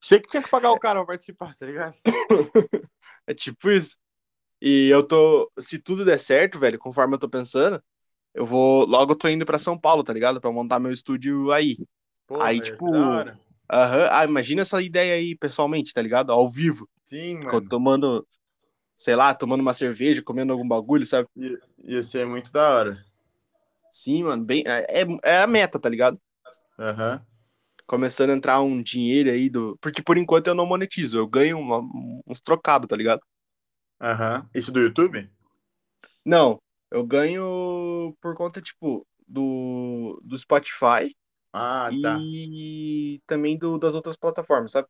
Speaker 2: Sei que tinha que pagar o cara pra participar, tá ligado?
Speaker 1: É tipo isso. E eu tô, se tudo der certo, velho, conforme eu tô pensando, eu vou, logo eu tô indo pra São Paulo, tá ligado? Pra montar meu estúdio aí.
Speaker 2: Pô,
Speaker 1: Aí,
Speaker 2: velho,
Speaker 1: tipo,
Speaker 2: isso é da hora.
Speaker 1: Aham. Ah, imagina essa ideia aí pessoalmente, tá ligado? Ao vivo,
Speaker 2: Sim,
Speaker 1: co-
Speaker 2: mano.
Speaker 1: tomando, sei lá, tomando uma cerveja, comendo algum bagulho, sabe?
Speaker 2: I- Ia ser muito da hora.
Speaker 1: Sim, mano, bem, é, é a meta, tá ligado?
Speaker 2: Aham.
Speaker 1: Começando a entrar um dinheiro aí do, porque por enquanto eu não monetizo, eu ganho uma- uns trocados, tá ligado?
Speaker 2: Aham. Isso do YouTube?
Speaker 1: Não, eu ganho por conta, tipo, do, do Spotify
Speaker 2: Ah, tá.
Speaker 1: e também do, das outras plataformas, sabe?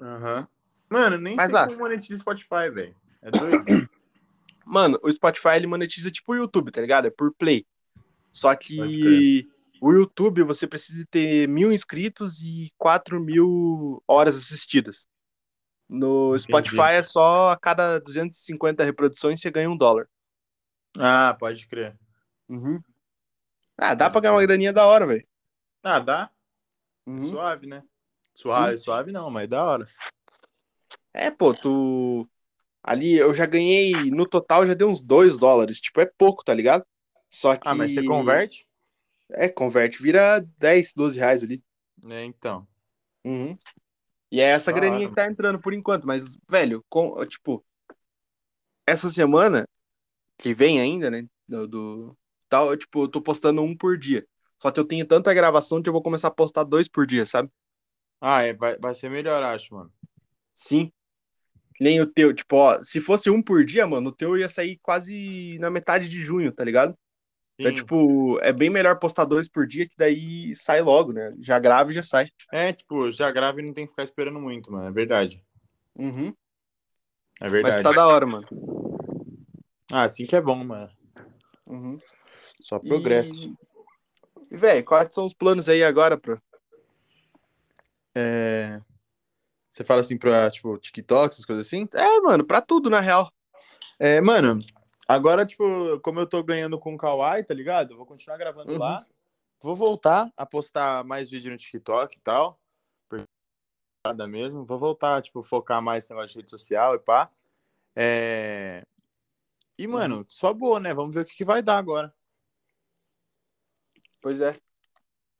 Speaker 2: Aham. Mano, nem
Speaker 1: Mas
Speaker 2: sei
Speaker 1: lá.
Speaker 2: como monetiza Spotify, velho. É doido?
Speaker 1: Mano, o Spotify ele monetiza tipo o YouTube, tá ligado? É por play. Só
Speaker 2: Pode crer.
Speaker 1: que o YouTube você precisa ter mil inscritos e 4 mil horas assistidas. No
Speaker 2: Entendi.
Speaker 1: Spotify é só a cada 250 reproduções você ganha um dólar.
Speaker 2: Ah, pode crer.
Speaker 1: Uhum. Ah, dá
Speaker 2: Pode
Speaker 1: pra ganhar uma
Speaker 2: crer.
Speaker 1: graninha da hora, velho.
Speaker 2: Ah, dá?
Speaker 1: Uhum.
Speaker 2: Suave, né?
Speaker 1: Sim.
Speaker 2: Suave, suave não, mas da hora.
Speaker 1: É, pô, tu. Ali eu já ganhei, no total já deu uns 2 dólares. Tipo, é pouco, tá ligado? Só
Speaker 2: Ah, mas você
Speaker 1: que.
Speaker 2: converte?
Speaker 1: É, converte, vira 10, 12 reais ali.
Speaker 2: É, então.
Speaker 1: Uhum. E é essa
Speaker 2: Da
Speaker 1: graninha
Speaker 2: hora,
Speaker 1: que tá entrando por enquanto, mas, velho, com, tipo, essa semana que vem ainda, né? Do, do- tal, eu, tipo, eu tô postando um por dia. Só que eu tenho tanta gravação que eu vou começar a postar dois por dia, sabe?
Speaker 2: Ah, é, vai, vai ser melhor, acho, mano.
Speaker 1: Sim. Que Nem o teu, tipo, ó, se fosse um por dia, mano, o teu ia sair quase na metade de junho, tá ligado? É tipo, é bem melhor postar dois por dia que daí sai logo, né? Já grava e já sai.
Speaker 2: É, tipo, já grave e não tem que ficar esperando muito, mano. É verdade.
Speaker 1: Uhum.
Speaker 2: É
Speaker 1: Mas
Speaker 2: verdade.
Speaker 1: tá da hora, mano.
Speaker 2: Ah, assim que é bom, mano.
Speaker 1: Uhum.
Speaker 2: Só progresso.
Speaker 1: E, velho, quais são os planos aí agora, pro?
Speaker 2: É... Você fala assim pra, tipo, TikTok, essas coisas assim?
Speaker 1: É, mano, pra tudo, na real.
Speaker 2: É, mano, agora, tipo, como eu tô ganhando com o Kawaii, tá ligado? Eu vou continuar gravando
Speaker 1: Uhum.
Speaker 2: lá. Vou voltar a postar mais vídeo no TikTok e tal. Porque nada mesmo. Vou voltar, tipo, focar mais no negócio de rede social e pá. É... E,
Speaker 1: Uhum.
Speaker 2: mano, só boa, né? Vamos ver o que, que vai dar agora.
Speaker 1: Pois é.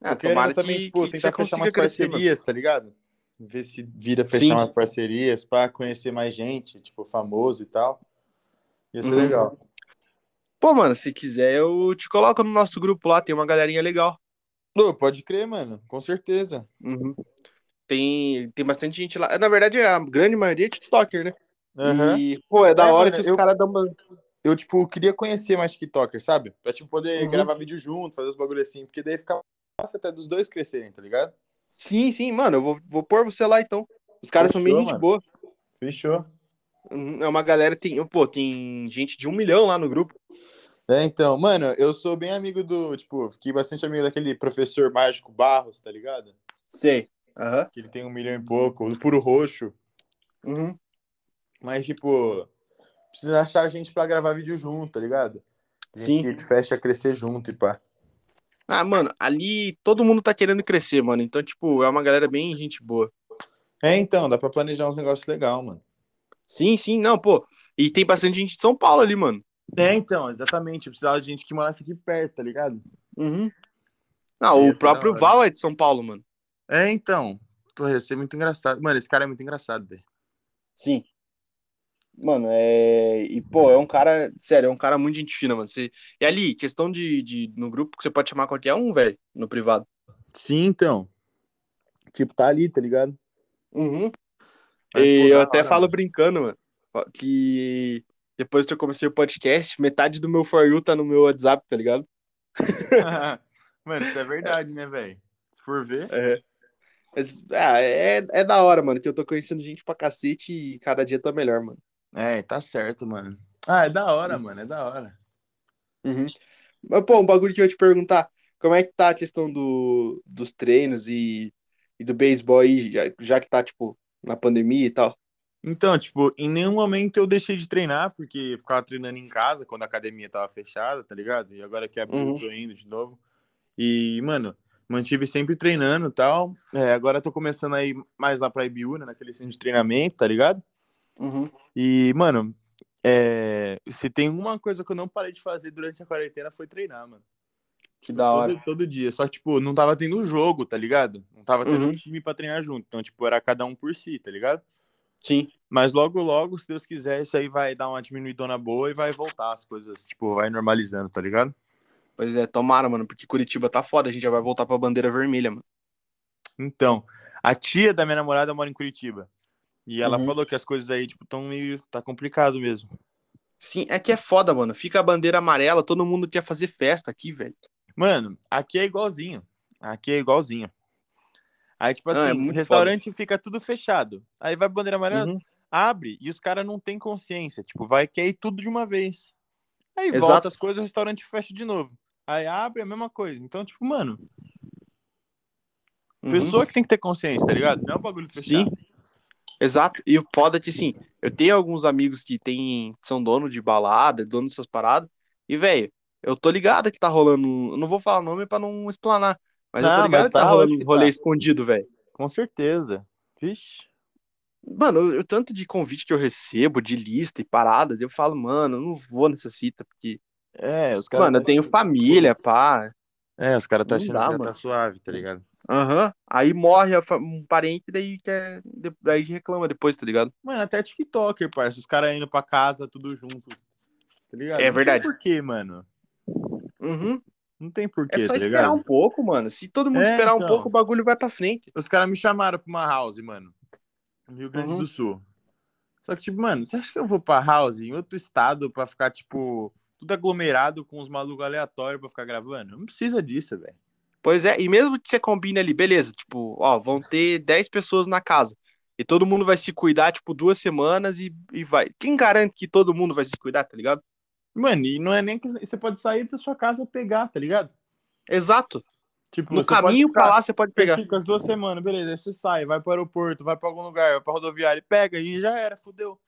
Speaker 1: Ah,
Speaker 2: Eu quero
Speaker 1: tomara
Speaker 2: também,
Speaker 1: que,
Speaker 2: tipo,
Speaker 1: que você
Speaker 2: tentar fechar
Speaker 1: consiga
Speaker 2: umas
Speaker 1: crescer, mano.
Speaker 2: parcerias, tá ligado? Ver se vira fechar
Speaker 1: Sim.
Speaker 2: umas parcerias pra conhecer mais gente, tipo, famoso e tal. Ia ser
Speaker 1: Uhum.
Speaker 2: legal.
Speaker 1: Pô, mano, se quiser, eu te coloco no nosso grupo lá, tem uma galerinha legal.
Speaker 2: Pô, pode crer, mano. Com certeza.
Speaker 1: Uhum. Tem, tem bastante gente lá. Na verdade, a grande maioria é TikToker, né?
Speaker 2: Aham.
Speaker 1: E, pô, é da
Speaker 2: É,
Speaker 1: hora
Speaker 2: mano,
Speaker 1: que os
Speaker 2: eu-
Speaker 1: caras dão uma.
Speaker 2: Eu, tipo, queria conhecer mais TikTokers, sabe? Pra, tipo, poder
Speaker 1: Uhum.
Speaker 2: gravar vídeo junto, fazer os bagulho assim. Porque daí fica fácil até dos dois crescerem, tá ligado?
Speaker 1: Sim, sim, mano, eu vou, vou pôr você lá então. Os caras são bem
Speaker 2: Fechou,
Speaker 1: gente
Speaker 2: mano.
Speaker 1: boa.
Speaker 2: Fechou.
Speaker 1: Uhum, É uma galera, tem, pô, tem gente de um milhão lá no grupo.
Speaker 2: É, então, mano, eu sou bem amigo do, tipo, fiquei bastante amigo daquele professor mágico Barros, tá ligado?
Speaker 1: Sei. Aham.
Speaker 2: Que ele tem um milhão e pouco, o Puro Roxo.
Speaker 1: Uhum.
Speaker 2: Mas, tipo, precisa achar gente pra gravar vídeo junto, tá ligado? Gente
Speaker 1: Sim.
Speaker 2: que fecha a crescer junto e pá.
Speaker 1: Ah, mano, ali todo mundo tá querendo crescer, mano. Então, tipo, é uma galera bem gente boa.
Speaker 2: É, então, dá pra planejar uns negócios legal, mano.
Speaker 1: Sim, sim, não, pô. E tem bastante gente de São Paulo ali, mano.
Speaker 2: É, então, exatamente. Eu precisava de gente que morasse aqui perto, tá ligado?
Speaker 1: Uhum. Ah,
Speaker 2: Ia
Speaker 1: o
Speaker 2: ser
Speaker 1: próprio
Speaker 2: da hora.
Speaker 1: Val é de São Paulo, mano.
Speaker 2: É, então. Porra, ia ser muito engraçado. Mano, esse cara é muito engraçado, velho.
Speaker 1: Sim. Mano, é. E, pô, é um cara. Sério, é um cara muito gente fina, mano. Você... E ali, questão de, de. No grupo, que você pode chamar qualquer um, velho, no privado.
Speaker 2: Sim, então. Tipo, tá ali, tá ligado?
Speaker 1: Uhum.
Speaker 2: Mas,
Speaker 1: e
Speaker 2: pô,
Speaker 1: eu
Speaker 2: da
Speaker 1: até
Speaker 2: hora,
Speaker 1: falo
Speaker 2: mano.
Speaker 1: brincando, mano, que depois que eu comecei o podcast, metade do meu For You tá no meu WhatsApp, tá ligado?
Speaker 2: mano, isso é verdade, né, velho? Se for ver.
Speaker 1: É. Mas, ah, é, é da hora, mano, que eu tô conhecendo gente pra cacete e cada dia tá melhor, mano.
Speaker 2: É, tá certo, mano. Ah, é da hora, mano, é da hora.
Speaker 1: Uhum. Mas, pô, um bagulho que eu ia te perguntar, como é que tá a questão do, dos treinos e, e do beisebol aí, já, já que tá, tipo, na pandemia e tal?
Speaker 2: Então, tipo, em nenhum momento eu deixei de treinar, porque eu ficava treinando em casa quando a academia tava fechada, tá ligado? E agora que abriu,
Speaker 1: Uhum.
Speaker 2: eu tô indo de novo. E, mano, mantive sempre treinando e tal. É, agora eu tô começando aí mais lá pra Ibiúna, naquele centro de treinamento, tá ligado?
Speaker 1: Uhum.
Speaker 2: E, mano, é, se tem uma coisa que eu não parei de fazer durante a quarentena foi treinar, mano.
Speaker 1: Que da hora.
Speaker 2: Todo, todo dia. Só que, tipo, não tava tendo jogo, tá ligado? Não tava tendo
Speaker 1: Uhum.
Speaker 2: um time pra treinar junto. Então, tipo, era cada um por si, tá ligado?
Speaker 1: Sim.
Speaker 2: Mas logo, logo, se Deus quiser, isso aí vai dar uma diminuidona boa e vai voltar as coisas, tipo, vai normalizando, tá ligado?
Speaker 1: Pois é, tomara, mano, porque Curitiba tá foda, a gente já vai voltar pra bandeira vermelha, mano.
Speaker 2: Então, a tia da minha namorada mora em Curitiba. E ela
Speaker 1: Uhum.
Speaker 2: falou que as coisas aí, tipo, tão meio. tá complicado mesmo.
Speaker 1: Sim, é que é foda, mano. Fica a bandeira amarela, todo mundo quer fazer festa aqui, velho.
Speaker 2: Mano, aqui é igualzinho. Aqui é igualzinho. Aí, tipo
Speaker 1: Ah, é
Speaker 2: assim,
Speaker 1: muito
Speaker 2: restaurante fica tudo fechado. Aí vai bandeira amarela,
Speaker 1: Uhum.
Speaker 2: abre e os caras não têm consciência. Tipo, vai quer ir tudo de uma vez. Aí
Speaker 1: Exato.
Speaker 2: volta as coisas, o restaurante fecha de novo. Aí abre a mesma coisa. Então, tipo, mano,
Speaker 1: Uhum.
Speaker 2: pessoa que tem que ter consciência, tá ligado? Não é um bagulho
Speaker 1: Sim.
Speaker 2: fechado.
Speaker 1: Exato. E o foda é que, assim, eu tenho alguns amigos que tem, são dono de balada, dono dessas paradas. E, velho, eu tô ligado que tá rolando. Eu não vou falar nome pra não explanar. Mas eu
Speaker 2: Não,
Speaker 1: tô ligado
Speaker 2: mas
Speaker 1: que tá
Speaker 2: tá,
Speaker 1: rolando
Speaker 2: lógico
Speaker 1: uns
Speaker 2: que
Speaker 1: rolê
Speaker 2: tá.
Speaker 1: escondido, velho.
Speaker 2: Com certeza. Vixe.
Speaker 1: Mano, eu, eu- tanto de convite que eu recebo, de lista e parada, eu falo, mano, eu não vou nessas fitas, porque.
Speaker 2: É, os caras.
Speaker 1: Mano, eu tenho família, pá.
Speaker 2: É, os caras tá
Speaker 1: Não
Speaker 2: achando
Speaker 1: dá,
Speaker 2: que já
Speaker 1: mano.
Speaker 2: tá suave, tá ligado?
Speaker 1: Aham. Aí morre a fa- um parente, daí quer. de- Daí reclama depois, tá ligado?
Speaker 2: Mano, até TikToker, parça. Os caras indo pra casa, tudo junto. Tá ligado?
Speaker 1: É verdade.
Speaker 2: Não tem porquê, mano.
Speaker 1: Uhum.
Speaker 2: Não tem
Speaker 1: É
Speaker 2: porquê,
Speaker 1: só
Speaker 2: tá
Speaker 1: esperar
Speaker 2: ligado?
Speaker 1: um pouco, mano. Se todo mundo
Speaker 2: É,
Speaker 1: esperar um
Speaker 2: então.
Speaker 1: pouco, o bagulho vai pra frente.
Speaker 2: Os caras me chamaram pra uma house, mano. No Rio Grande
Speaker 1: Uhum.
Speaker 2: do Sul. Só que, tipo, mano, você acha que eu vou pra house em outro estado pra ficar, tipo, tudo aglomerado com os malucos aleatórios pra ficar gravando. Não precisa disso, velho.
Speaker 1: Pois é, e mesmo que você combine ali, beleza, tipo, ó, vão ter 10 pessoas na casa. E todo mundo vai se cuidar, tipo, duas semanas e, e vai. Quem garante que todo mundo vai se cuidar, tá ligado?
Speaker 2: Mano, e não é nem que você pode sair da sua casa pegar, tá ligado?
Speaker 1: Exato.
Speaker 2: Tipo,
Speaker 1: No
Speaker 2: você pode
Speaker 1: caminho
Speaker 2: ficar-
Speaker 1: pra lá você pode
Speaker 2: Você
Speaker 1: pegar.
Speaker 2: fica as duas semanas, beleza. Aí você sai, vai pro aeroporto, vai pra algum lugar, vai pra rodoviária, e pega e já era, fudeu.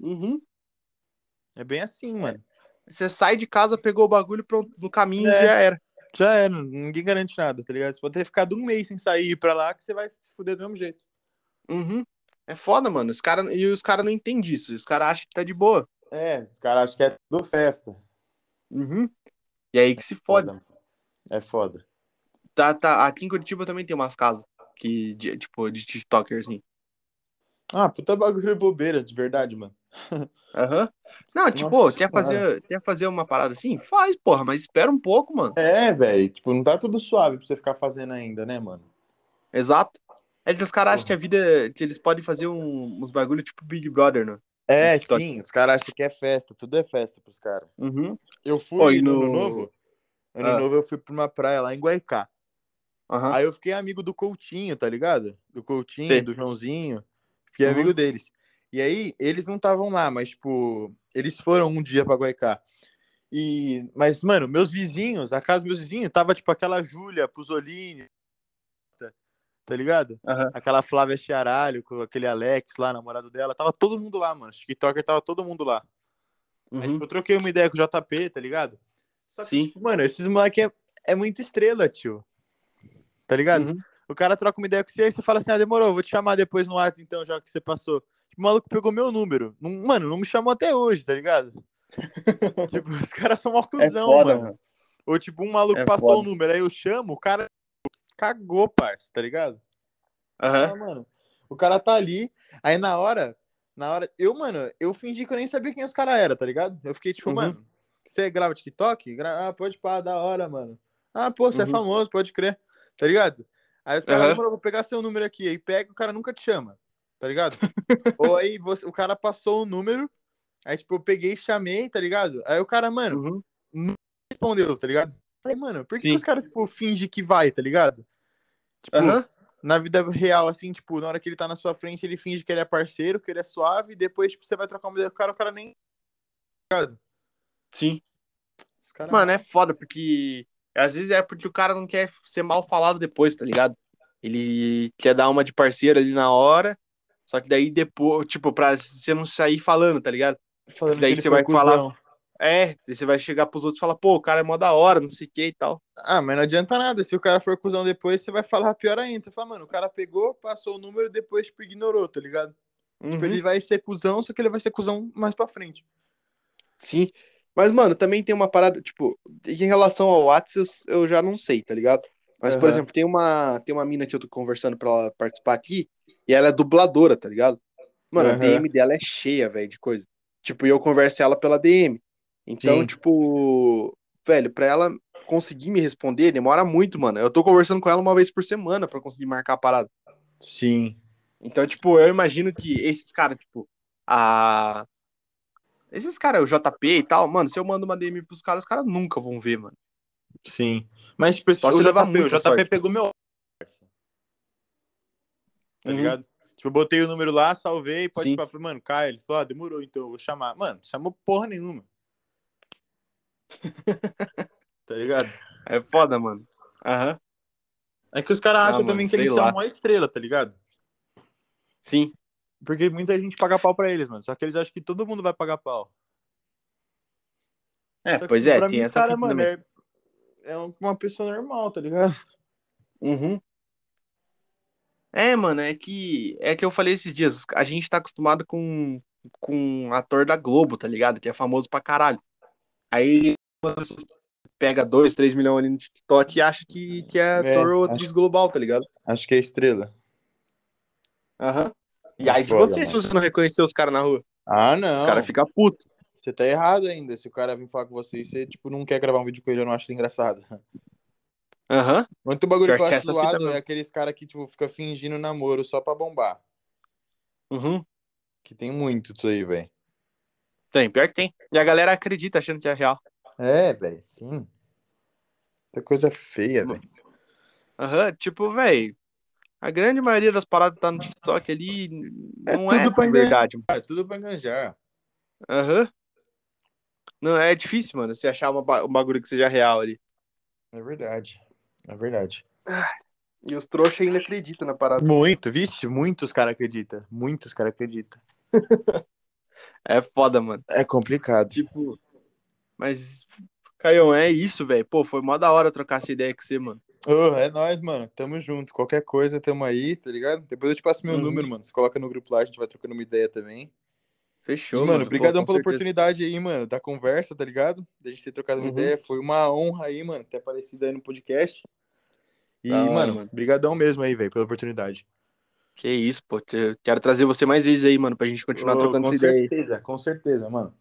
Speaker 1: Uhum.
Speaker 2: É bem assim, mano.
Speaker 1: Você sai de casa, pegou o bagulho, pronto, no caminho
Speaker 2: É.
Speaker 1: já era.
Speaker 2: Já era, ninguém garante nada, tá ligado? Você pode ter ficado um mês sem sair e ir pra lá que você vai se fuder do mesmo jeito.
Speaker 1: Uhum. É foda, mano. Os cara, e os caras não entendem isso. Os caras acham que tá de boa.
Speaker 2: É, os caras acham que é tudo festa.
Speaker 1: Uhum. E aí que se fode.
Speaker 2: É foda.
Speaker 1: Tá, tá, aqui em Curitiba também tem umas casas que, de- tipo, de TikTokers, assim.
Speaker 2: Ah, puta bagulho bobeira, de verdade, mano.
Speaker 1: Aham. Não, tipo,
Speaker 2: Nossa
Speaker 1: quer fazer, quer fazer uma parada assim? Faz, porra, mas espera um pouco, mano.
Speaker 2: É, velho, tipo, não tá tudo suave pra você ficar fazendo ainda, né, mano?
Speaker 1: Exato. É que os caras acham
Speaker 2: Porra.
Speaker 1: que a vida, que eles podem fazer um, uns bagulho tipo Big Brother, né?
Speaker 2: É,
Speaker 1: TikTok.
Speaker 2: sim, os caras acham que é festa, tudo é festa pros caras.
Speaker 1: Uhum.
Speaker 2: Eu fui
Speaker 1: Oi,
Speaker 2: no
Speaker 1: no-
Speaker 2: Ano Novo, Ano
Speaker 1: Ah.
Speaker 2: Novo eu fui pra uma praia lá em Guaicá.
Speaker 1: Aham.
Speaker 2: Aí eu fiquei amigo do Coutinho, tá ligado? Do Coutinho,
Speaker 1: Sei.
Speaker 2: do Joãozinho. Fiquei
Speaker 1: Uhum.
Speaker 2: amigo deles. E aí, eles não estavam lá, mas, tipo, eles foram um dia pra Guaicá. E, mas, mano, meus vizinhos, a casa dos meus vizinhos, tava, tipo, aquela Júlia Puzzolini, tá- tá ligado?
Speaker 1: Aham.
Speaker 2: Aquela Flávia Chiaralho, com aquele Alex lá, namorado dela. Tava todo mundo lá, mano. Os TikToker tava todo mundo lá. Aí,
Speaker 1: Uhum.
Speaker 2: tipo, eu troquei uma ideia com o JP, tá ligado? Só que,
Speaker 1: Sim.
Speaker 2: tipo, mano, esses moleque é, é muita estrela, tio. Tá ligado?
Speaker 1: Uhum.
Speaker 2: O cara troca uma ideia com você, aí você fala assim, ah, demorou, vou te chamar depois no WhatsApp, então, já que você passou. O maluco pegou meu número. Não- mano, não me chamou até hoje, tá ligado? tipo, os caras são mal
Speaker 1: É
Speaker 2: cuzão,
Speaker 1: foda,
Speaker 2: mano.
Speaker 1: mano.
Speaker 2: Ou tipo, um maluco
Speaker 1: É
Speaker 2: passou o
Speaker 1: foda.
Speaker 2: número, aí eu chamo, o cara cagou, parça, tá ligado?
Speaker 1: Aham.
Speaker 2: Ah, mano, o cara tá ali, aí na hora, na hora, eu, mano, eu fingi que eu nem sabia quem os caras eram, tá ligado? Eu fiquei tipo,
Speaker 1: Uhum.
Speaker 2: mano, você grava TikTok? Gra- Ah, pode pá, da hora, mano. Ah, pô, você é
Speaker 1: Uhum.
Speaker 2: famoso, pode crer, tá ligado? Aí os caras,
Speaker 1: Aham.
Speaker 2: demorou, vou pegar seu número aqui, aí pega, o cara nunca te chama, tá ligado? Ou aí você, o cara passou o número, aí tipo, eu peguei e chamei, tá ligado? Aí o cara, mano,
Speaker 1: Uhum.
Speaker 2: respondeu, tá ligado? Falei, mano, por que, que
Speaker 1: Sim.
Speaker 2: os caras, tipo, fingem que vai, tá ligado? Tipo,
Speaker 1: Aham.
Speaker 2: na vida real, assim, tipo, na hora que ele tá na sua frente, ele finge que ele é parceiro, que ele é suave, e depois, tipo, você vai trocar uma ideia com o cara, o cara nem.
Speaker 1: Sim.
Speaker 2: Os cara...
Speaker 1: Mano, é foda, porque às vezes é porque o cara não quer ser mal falado depois, tá ligado? Ele quer dar uma de parceiro ali na hora, só que daí depois, tipo, pra você não sair falando, tá ligado?
Speaker 2: falando
Speaker 1: daí
Speaker 2: que ele
Speaker 1: você
Speaker 2: foi
Speaker 1: vai falar-
Speaker 2: cuzão.
Speaker 1: É, daí você vai chegar pros outros e falar, pô, o cara é mó da hora, não sei o que e tal.
Speaker 2: Ah, mas não adianta nada. Se o cara for cuzão depois, você vai falar pior ainda. Você fala, mano, o cara pegou, passou o número e depois, tipo, ignorou, tá ligado? Tipo,
Speaker 1: Uhum.
Speaker 2: ele vai ser cuzão, só que ele vai ser cuzão mais pra frente.
Speaker 1: Sim. Mas, mano, também tem uma parada, tipo, em relação ao Whats, eu, eu já não sei, tá ligado? Mas, por
Speaker 2: Aham.
Speaker 1: exemplo, tem uma, tem uma mina que eu tô conversando pra ela participar aqui, e ela é dubladora, tá ligado? Mano, a
Speaker 2: Aham.
Speaker 1: DM dela é cheia, velho, de coisa. Tipo, e eu converso ela pela DM. Então,
Speaker 2: Sim.
Speaker 1: tipo, velho, pra ela conseguir me responder, demora muito, mano. Eu tô conversando com ela uma vez por semana pra conseguir marcar a parada.
Speaker 2: Sim.
Speaker 1: Então, tipo, eu imagino que esses caras, tipo, a. Esses caras, o JP e tal, mano, se eu mando uma DM pros caras, os caras nunca vão ver, mano.
Speaker 2: Sim. Mas, tipo,
Speaker 1: Só tá se
Speaker 2: o
Speaker 1: você dá
Speaker 2: JP, o
Speaker 1: muita
Speaker 2: JP
Speaker 1: sorte.
Speaker 2: pegou meu. tá
Speaker 1: Uhum.
Speaker 2: ligado? Tipo, eu botei o número lá, salvei, pode
Speaker 1: Sim.
Speaker 2: falar pro mano, Caio, ele falou, ah, demorou, então eu vou chamar. Mano, chamou porra nenhuma. tá ligado?
Speaker 1: É foda, mano. Aham.
Speaker 2: É que os caras
Speaker 1: Ah,
Speaker 2: acham
Speaker 1: mano,
Speaker 2: também que
Speaker 1: sei
Speaker 2: eles
Speaker 1: lá.
Speaker 2: são mó estrela, tá ligado?
Speaker 1: Sim.
Speaker 2: Porque muita gente paga pau pra eles, mano. Só que eles acham que todo mundo vai pagar pau.
Speaker 1: É,
Speaker 2: Só que,
Speaker 1: pois
Speaker 2: tipo,
Speaker 1: é,
Speaker 2: pra
Speaker 1: tem
Speaker 2: mim,
Speaker 1: essa
Speaker 2: cara,
Speaker 1: fita
Speaker 2: mano,
Speaker 1: também.
Speaker 2: é, é uma pessoa normal, tá ligado?
Speaker 1: Uhum. É, mano, é que é que eu falei esses dias, a gente tá acostumado com com ator da Globo, tá ligado? Que é famoso pra caralho. Aí as pessoas pega 2, 3 milhões ali no TikTok e acha que, que é
Speaker 2: É,
Speaker 1: ator ou atriz
Speaker 2: acho-
Speaker 1: global, tá ligado?
Speaker 2: Acho que é estrela.
Speaker 1: Aham. E
Speaker 2: É
Speaker 1: aí de
Speaker 2: foda,
Speaker 1: você se
Speaker 2: mano.
Speaker 1: você não reconhecer os caras na rua.
Speaker 2: Ah,
Speaker 1: Os
Speaker 2: não.
Speaker 1: caras ficam putos.
Speaker 2: Você tá errado ainda. Se o cara vir falar com você e você, tipo, não quer gravar um vídeo com ele, eu não acho ele engraçado.
Speaker 1: Aham.
Speaker 2: Muito bagulho
Speaker 1: Pior
Speaker 2: que eu
Speaker 1: que
Speaker 2: acho
Speaker 1: essa fita
Speaker 2: zoado
Speaker 1: mesmo.
Speaker 2: é aqueles caras que, tipo, fica fingindo namoro só pra bombar.
Speaker 1: Uhum.
Speaker 2: Que tem muito disso aí, velho.
Speaker 1: Tem, pior que tem. E a galera acredita achando que é real.
Speaker 2: É, velho, sim. Muita coisa feia, velho.
Speaker 1: Aham, tipo, velho. A grande maioria das paradas que tá no TikTok ali
Speaker 2: É
Speaker 1: não é,
Speaker 2: tudo pra
Speaker 1: de verdade.
Speaker 2: É tudo pra enganjar.
Speaker 1: Aham. Não, é difícil, mano, você achar uma ba- um bagulho que seja real ali.
Speaker 2: É verdade. É verdade.
Speaker 1: E os trouxas ainda acreditam na parada.
Speaker 2: Muito, vixe, muitos caras acreditam. Muitos caras acreditam.
Speaker 1: É foda, mano.
Speaker 2: É complicado.
Speaker 1: Tipo, mas, Caião, é isso, velho. Pô, foi mó da hora trocar essa ideia com você, mano.
Speaker 2: Ô, é nóis, mano. Tamo junto. Qualquer coisa, tamo aí, tá ligado? Depois eu te passo meu
Speaker 1: Uhum.
Speaker 2: número, mano. Você coloca no grupo lá, a gente vai trocando uma ideia também. E,
Speaker 1: Fechou,
Speaker 2: mano,
Speaker 1: Pô,
Speaker 2: brigadão
Speaker 1: com
Speaker 2: pela
Speaker 1: certeza.
Speaker 2: oportunidade aí, mano, da conversa, tá ligado? Da gente ter trocado uma
Speaker 1: Uhum.
Speaker 2: ideia. Foi uma honra aí, mano, ter aparecido aí no podcast. E,
Speaker 1: Da hora,
Speaker 2: mano,
Speaker 1: mano.
Speaker 2: brigadão mesmo aí, velho, pela oportunidade.
Speaker 1: Que isso, pô. Eu quero trazer você mais vezes aí, mano, pra gente continuar
Speaker 2: Ô,
Speaker 1: trocando
Speaker 2: com
Speaker 1: essa ideia aí.
Speaker 2: certeza, com certeza, mano.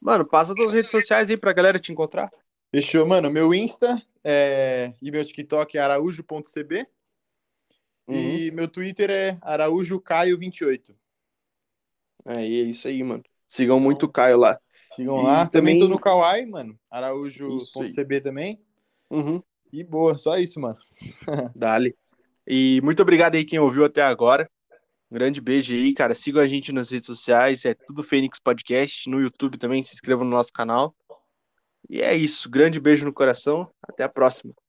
Speaker 1: Mano, passa suas redes sociais aí pra galera te encontrar.
Speaker 2: Fechou, mano. Meu Insta é... e meu TikTok é araújo.cb
Speaker 1: Uhum.
Speaker 2: e meu Twitter é araújocaio28.
Speaker 1: Aí, é isso aí, mano. Sigam muito o Caio lá.
Speaker 2: Sigam
Speaker 1: E
Speaker 2: lá. Também...
Speaker 1: também-
Speaker 2: tô no Kawaii, mano.
Speaker 1: Isso aí.
Speaker 2: araújo.cb também.
Speaker 1: Uhum.
Speaker 2: E boa, só isso, mano.
Speaker 1: Dale. E muito obrigado aí quem ouviu até agora. Um grande beijo aí, cara. Sigam a gente nas redes sociais, é tudo Fênix Podcast. No YouTube também, se inscrevam no nosso canal. E é isso. Grande beijo no coração. Até a próxima.